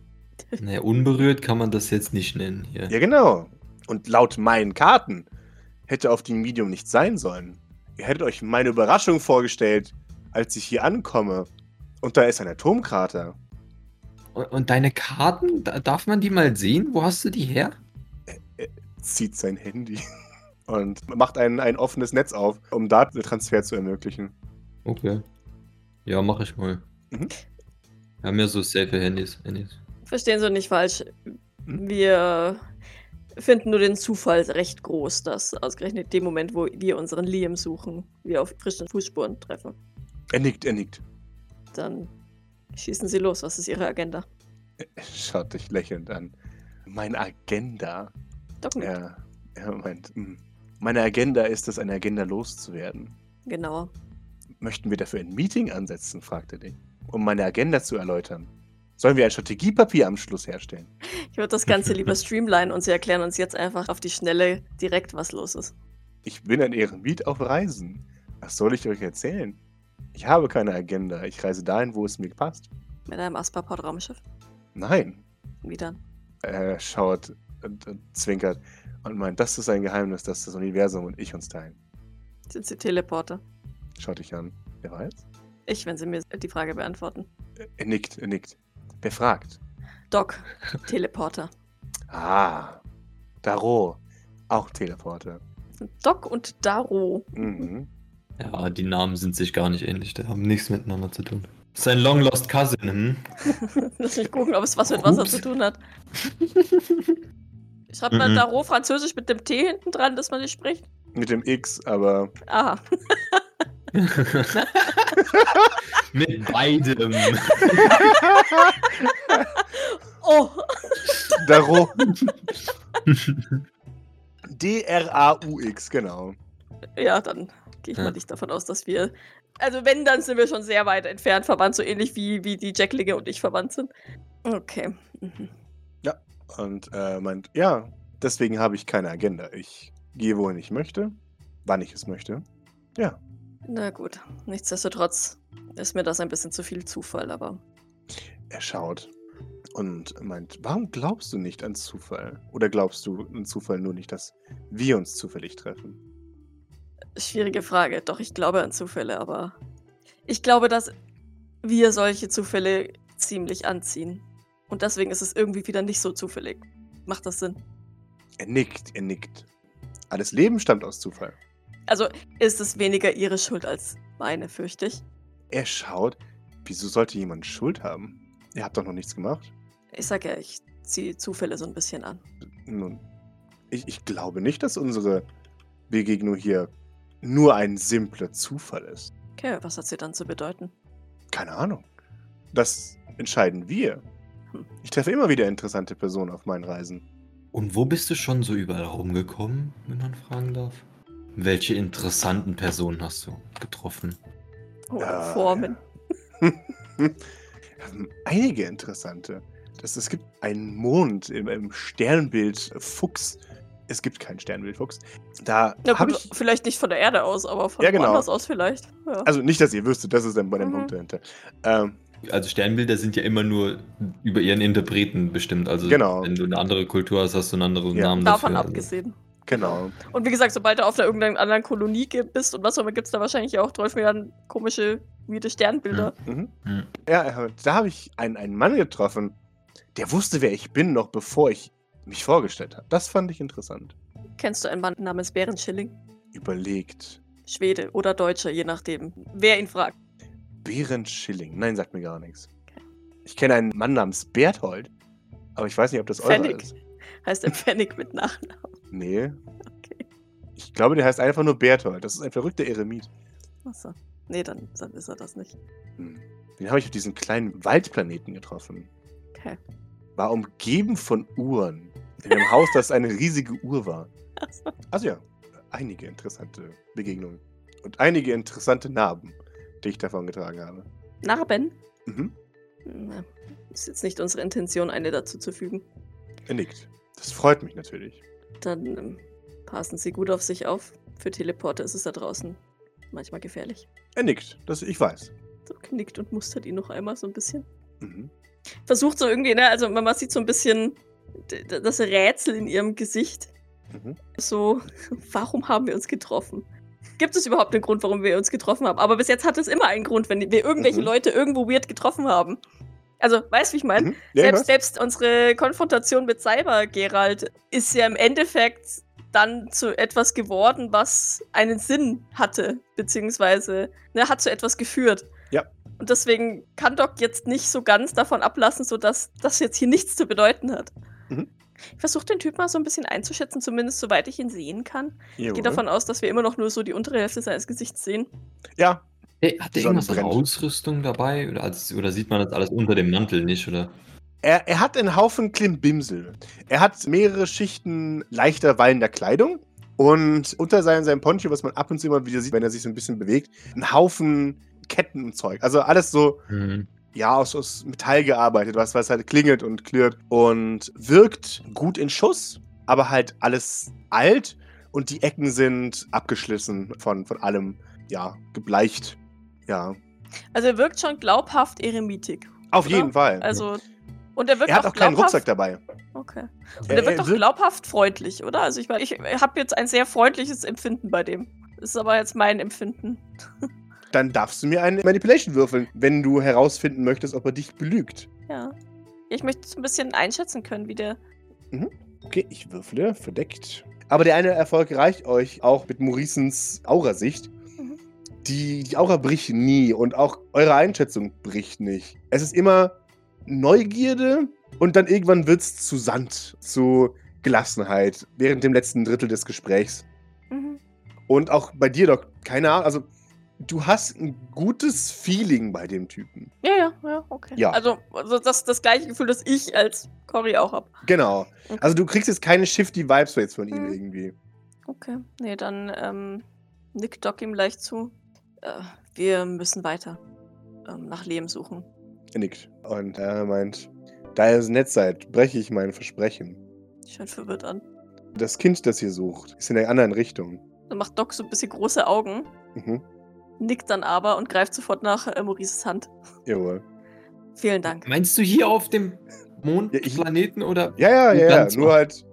Naja, unberührt kann man das jetzt nicht nennen hier.
Ja, genau. Und laut meinen Karten hätte auf dem Medium nicht sein sollen. Ihr hättet euch meine Überraschung vorgestellt, als ich hier ankomme. Und da ist ein Atomkrater.
Und, und deine Karten, da- darf man die mal sehen? Wo hast du die her?
Zieht sein Handy und macht ein, ein offenes Netz auf, um Datentransfer zu ermöglichen.
Okay. Ja, mach ich mal.
Mhm.
Wir haben ja so safe Handys. Handys.
Verstehen Sie nicht falsch.
Hm?
Wir finden nur den Zufall recht groß, dass ausgerechnet dem Moment, wo wir unseren Liam suchen, wir auf frischen Fußspuren treffen.
Er nickt, er nickt.
Dann schießen Sie los. Was ist Ihre Agenda?
Schaut dich lächelnd an. Meine Agenda.
Docken.
Er, er meint, "Hm, meine Agenda ist es, eine Agenda loszuwerden.
Genauer.
Möchten wir dafür ein Meeting ansetzen, fragte dich, um meine Agenda zu erläutern. Sollen wir ein Strategiepapier am Schluss herstellen?
Ich würde das Ganze lieber streamline und Sie erklären uns jetzt einfach auf die Schnelle direkt, was los ist.
Ich bin ein Eremit auf Reisen. Was soll ich euch erzählen? Ich habe keine Agenda. Ich reise dahin, wo es mir passt.
Mit einem Aspaport-Raumschiff.
Nein.
Wie dann?
Er äh, schaut und, und zwinkert und meint, das ist ein Geheimnis, das das Universum und ich uns teilen.
Sind Sie Teleporter?
Schaut dich an. Wer weiß?
Ich, wenn Sie mir die Frage beantworten.
Er nickt, er nickt. Wer fragt?
Doc, Teleporter.
Ah, Daro. Auch Teleporter.
Doc und Daro.
Mhm.
Ja, die Namen sind sich gar nicht ähnlich. Die haben nichts miteinander zu tun. Sein Long Lost Cousin, hm?
Lass mich gucken, ob es was mit Wasser
Ups.
zu tun hat. Schreibt man
Mhm.
Daro französisch mit dem T hinten dran, dass man nicht spricht?
Mit dem X, aber
Aha.
Mit beidem.
Oh,
Daro. D-R-A-U-X, genau.
ja, dann gehe ich
Ja.
mal nicht davon aus, dass wir. Also, wenn, dann sind wir schon sehr weit entfernt verwandt, so ähnlich wie, wie die Jacklinge und ich verwandt sind. Okay. Mhm.
Und äh, meint, ja, deswegen habe ich keine Agenda. Ich gehe, wohin ich möchte, wann ich es möchte. Ja,
Na gut, nichtsdestotrotz ist mir das ein bisschen zu viel Zufall, aber
er schaut und meint, warum glaubst du nicht an Zufall? Oder glaubst du an Zufall nur nicht, dass wir uns zufällig treffen?
schwierige Frage. Doch, ich glaube an Zufälle, aber ich glaube, dass wir solche Zufälle ziemlich anziehen. Und deswegen ist es irgendwie wieder nicht so zufällig. Macht das Sinn?
Er nickt, er nickt. Alles Leben stammt aus Zufall.
Also ist es weniger ihre Schuld als meine, fürchte ich.
Er schaut, wieso sollte jemand Schuld haben? Ihr habt doch noch nichts gemacht.
Ich sag ja, ich ziehe Zufälle so ein bisschen an.
Nun, ich, ich glaube nicht, dass unsere Begegnung hier nur ein simpler Zufall ist.
Okay, was hat sie dann zu bedeuten?
Keine Ahnung. Das entscheiden wir.
Hm.
Ich treffe immer wieder interessante Personen auf meinen Reisen.
Und wo bist du schon so überall rumgekommen, wenn man fragen darf? Welche interessanten Personen hast du getroffen?
Oh,
Ah,
Formen.
Ähm, Einige interessante. Das, es gibt einen Mond im, im Sternbild Fuchs. Es gibt kein Sternbild Fuchs. Da
Na
habe
gut,
ich.
vielleicht nicht von der Erde aus, aber von
Ja, genau.
woanders aus vielleicht. Ja.
Also nicht, dass ihr wüsstet, das ist dann bei dem
Mhm.
Punkt dahinter. Ähm,
Also Sternbilder sind ja immer nur über ihren Interpreten bestimmt. Also
Genau.
wenn du eine andere Kultur hast, hast du einen anderen
Ja.
Namen
Davon
dafür.
abgesehen.
genau.
Und wie gesagt, sobald du auf einer irgendeiner anderen Kolonie ge- bist und was auch immer, gibt es da wahrscheinlich auch 12 Milliarden komische, weirde Sternbilder.
Mhm.
Mhm.
Ja, äh, da habe ich einen, einen Mann getroffen, der wusste, wer ich bin, noch bevor ich mich vorgestellt habe. Das fand ich interessant.
Kennst du einen Mann namens Bären Schilling?
Überlegt.
Schwede oder Deutscher, je nachdem, wer ihn fragt.
Berend Schilling. Nein, sagt mir gar nichts. Ich kenne einen Mann namens Berthold, aber ich weiß nicht, ob das eurer
Pfennig.
ist.
Heißt er Pfennig mit Nachnamen.
Nee.
Okay.
Ich glaube, der heißt einfach nur Berthold. Das ist ein verrückter Eremit.
Achso. Nee, dann, dann ist er das nicht.
Hm. Den habe ich auf diesem kleinen Waldplaneten getroffen.
Okay.
War umgeben von Uhren. In dem Haus, das eine riesige Uhr war. Also ja, einige interessante Begegnungen. Und einige interessante Narben, die ich davon getragen habe.
Narben?
Mhm.
Na, ist jetzt nicht unsere Intention, eine dazu zu fügen.
Er nickt. Das freut mich natürlich.
Dann ähm, passen Sie gut auf sich auf. Für Teleporter ist es da draußen manchmal gefährlich.
Er nickt. Das ich weiß.
So knickt und mustert ihn noch einmal so ein bisschen.
Mhm.
Versucht so irgendwie, ne? Also man man sieht so ein bisschen d- d- das Rätsel in ihrem Gesicht.
Mhm.
so, warum haben wir uns getroffen? Gibt es überhaupt einen Grund, warum wir uns getroffen haben? Aber bis jetzt hat es immer einen Grund, wenn wir irgendwelche
Mhm.
Leute irgendwo weird getroffen haben. Also, weißt du, wie ich meine?
Mhm. Ja, selbst
selbst, selbst unsere Konfrontation mit Cyber Geralt ist ja im Endeffekt dann zu etwas geworden, was einen Sinn hatte, beziehungsweise ne, hat zu etwas geführt.
Ja.
Und deswegen kann Doc jetzt nicht so ganz davon ablassen, sodass das jetzt hier nichts zu bedeuten hat.
Mhm.
Ich versuche den Typ mal so ein bisschen einzuschätzen, zumindest soweit ich ihn sehen kann. Ich gehe davon aus, dass wir immer noch nur so die untere Hälfte seines Gesichts sehen.
Ja,
Hey, hat der
Die Sonne
irgendwas an
brennt.
Ausrüstung dabei? Oder, als, oder sieht man das alles unter dem Mantel nicht? Oder?
er, er hat einen Haufen Klimbimsel. Er hat mehrere Schichten leichter wallender Kleidung. Und unter seinem, seinem Poncho, was man ab und zu immer wieder sieht, wenn er sich so ein bisschen bewegt, einen Haufen Ketten und Zeug. Also alles so
Hm.
ja, aus, aus Metall gearbeitet, was, was halt klingelt und klirrt und wirkt gut in Schuss, aber halt alles alt und die Ecken sind abgeschlissen von, von allem, ja, gebleicht. Ja,
Also er wirkt schon glaubhaft eremitik.
auf
Oder?
jeden Fall.
Also, und er wirkt
er hat auch keinen
glaubhaft-
Rucksack dabei.
Okay. Und
Er-
er
er
wird doch
wirkt-
glaubhaft freundlich, oder? Also ich meine, ich habe jetzt ein sehr freundliches Empfinden bei dem. Das ist aber jetzt mein Empfinden.
Dann darfst du mir eine Manipulation würfeln, wenn du herausfinden möchtest, ob er dich belügt.
Ja. Ich möchte so ein bisschen einschätzen können, wie der.
Okay, ich würfle, verdeckt. Aber der eine Erfolg reicht euch auch mit Mauricens Aurasicht.
Mhm.
Die, die Aura bricht nie und auch eure Einschätzung bricht nicht. Es ist immer Neugierde und dann irgendwann wird es zu Sand, zu Gelassenheit während dem letzten Drittel des Gesprächs.
Mhm.
Und auch bei dir, Doc, keine Ahnung, also du hast ein gutes Feeling bei dem Typen.
Ja, ja, ja, okay.
Ja.
Also, also das, das gleiche Gefühl, das ich als Cory auch habe.
Genau.
Okay.
Also du kriegst jetzt keine shifty Vibes jetzt von ihm
Mhm.
irgendwie.
Okay. Nee, dann ähm, nickt Doc ihm leicht zu. Äh, wir müssen weiter ähm, nach Leben suchen.
Er nickt. Und er meint, da ihr so nett seid, breche ich mein Versprechen.
Schön verwirrt an.
Das Kind, das ihr sucht, ist in der anderen Richtung.
Dann macht Doc so ein bisschen große Augen,
Mhm.
nickt dann aber und greift sofort nach äh, Maurices Hand.
Jawohl.
Vielen Dank.
Meinst du hier auf dem
Ja, ich-
Mondplaneten oder?
Ja, ja,
Und
ja, ja.
dann zu-
Nur halt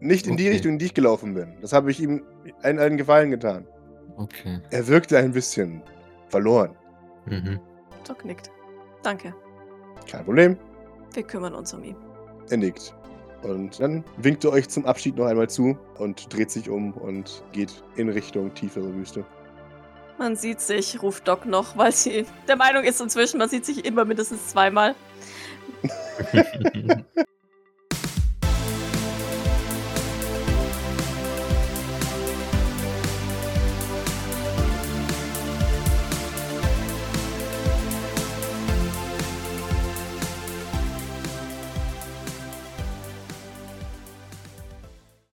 nicht in die
Okay.
Richtung, in die ich gelaufen bin. Das habe ich ihm einen, einen Gefallen getan.
Okay.
Er wirkte ein bisschen verloren.
Mhm.
Doc nickt. Danke.
Kein Problem.
Wir kümmern uns um ihn.
Er nickt. Und dann winkt er euch zum Abschied noch einmal zu und dreht sich um und geht in Richtung tiefere Wüste.
Man sieht sich, ruft Doc noch, weil sie der Meinung ist inzwischen, man sieht sich immer mindestens zweimal.